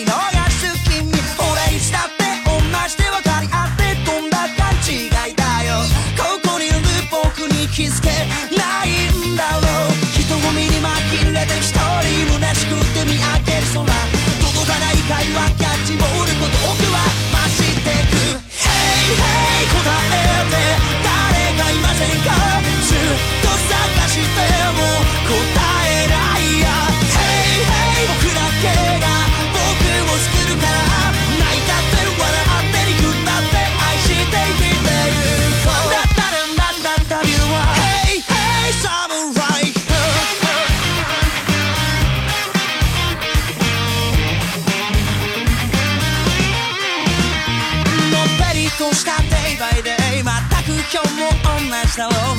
S5: 見逃す君俺にしたって同じで分かり合ってどんな勘違いだよここにいる僕に気づけないんだろう人混みに紛れて一人虚しくて見上げる空届かない会話キャッチボール孤独は増してく Hey hey 答えて誰かいませんかずっと探しても答えないや Hey hey 僕だけが僕を救うから泣いたって笑って憎んだって愛して生きてゆこうだったらなんだった理由は Hey hey 侍のんべりとしたデイバイデイ全く今日も同じだろう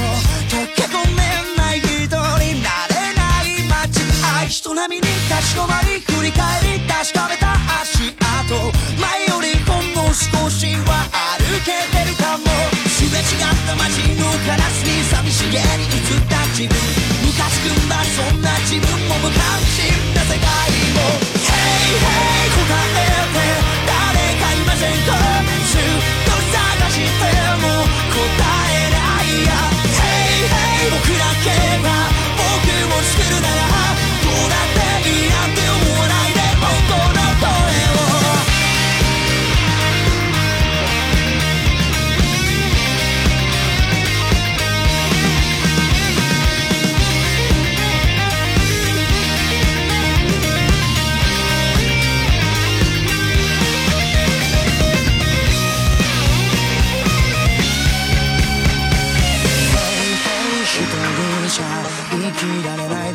S5: 溶け込めない人になれない街愛人並みに立ち止まり振り返り確かめた足跡前よりほんの少しは歩けてるかもすれ違った街のカラスに寂しげに映った自分ムカつくんだそんな自分も無関心な世界も Hey hey 答えて誰かいませんかずっと探しても答えないや Hey hey 僕だけが僕を作るならどうだっていいなんて思わないで本当の声を一人じゃ生きられない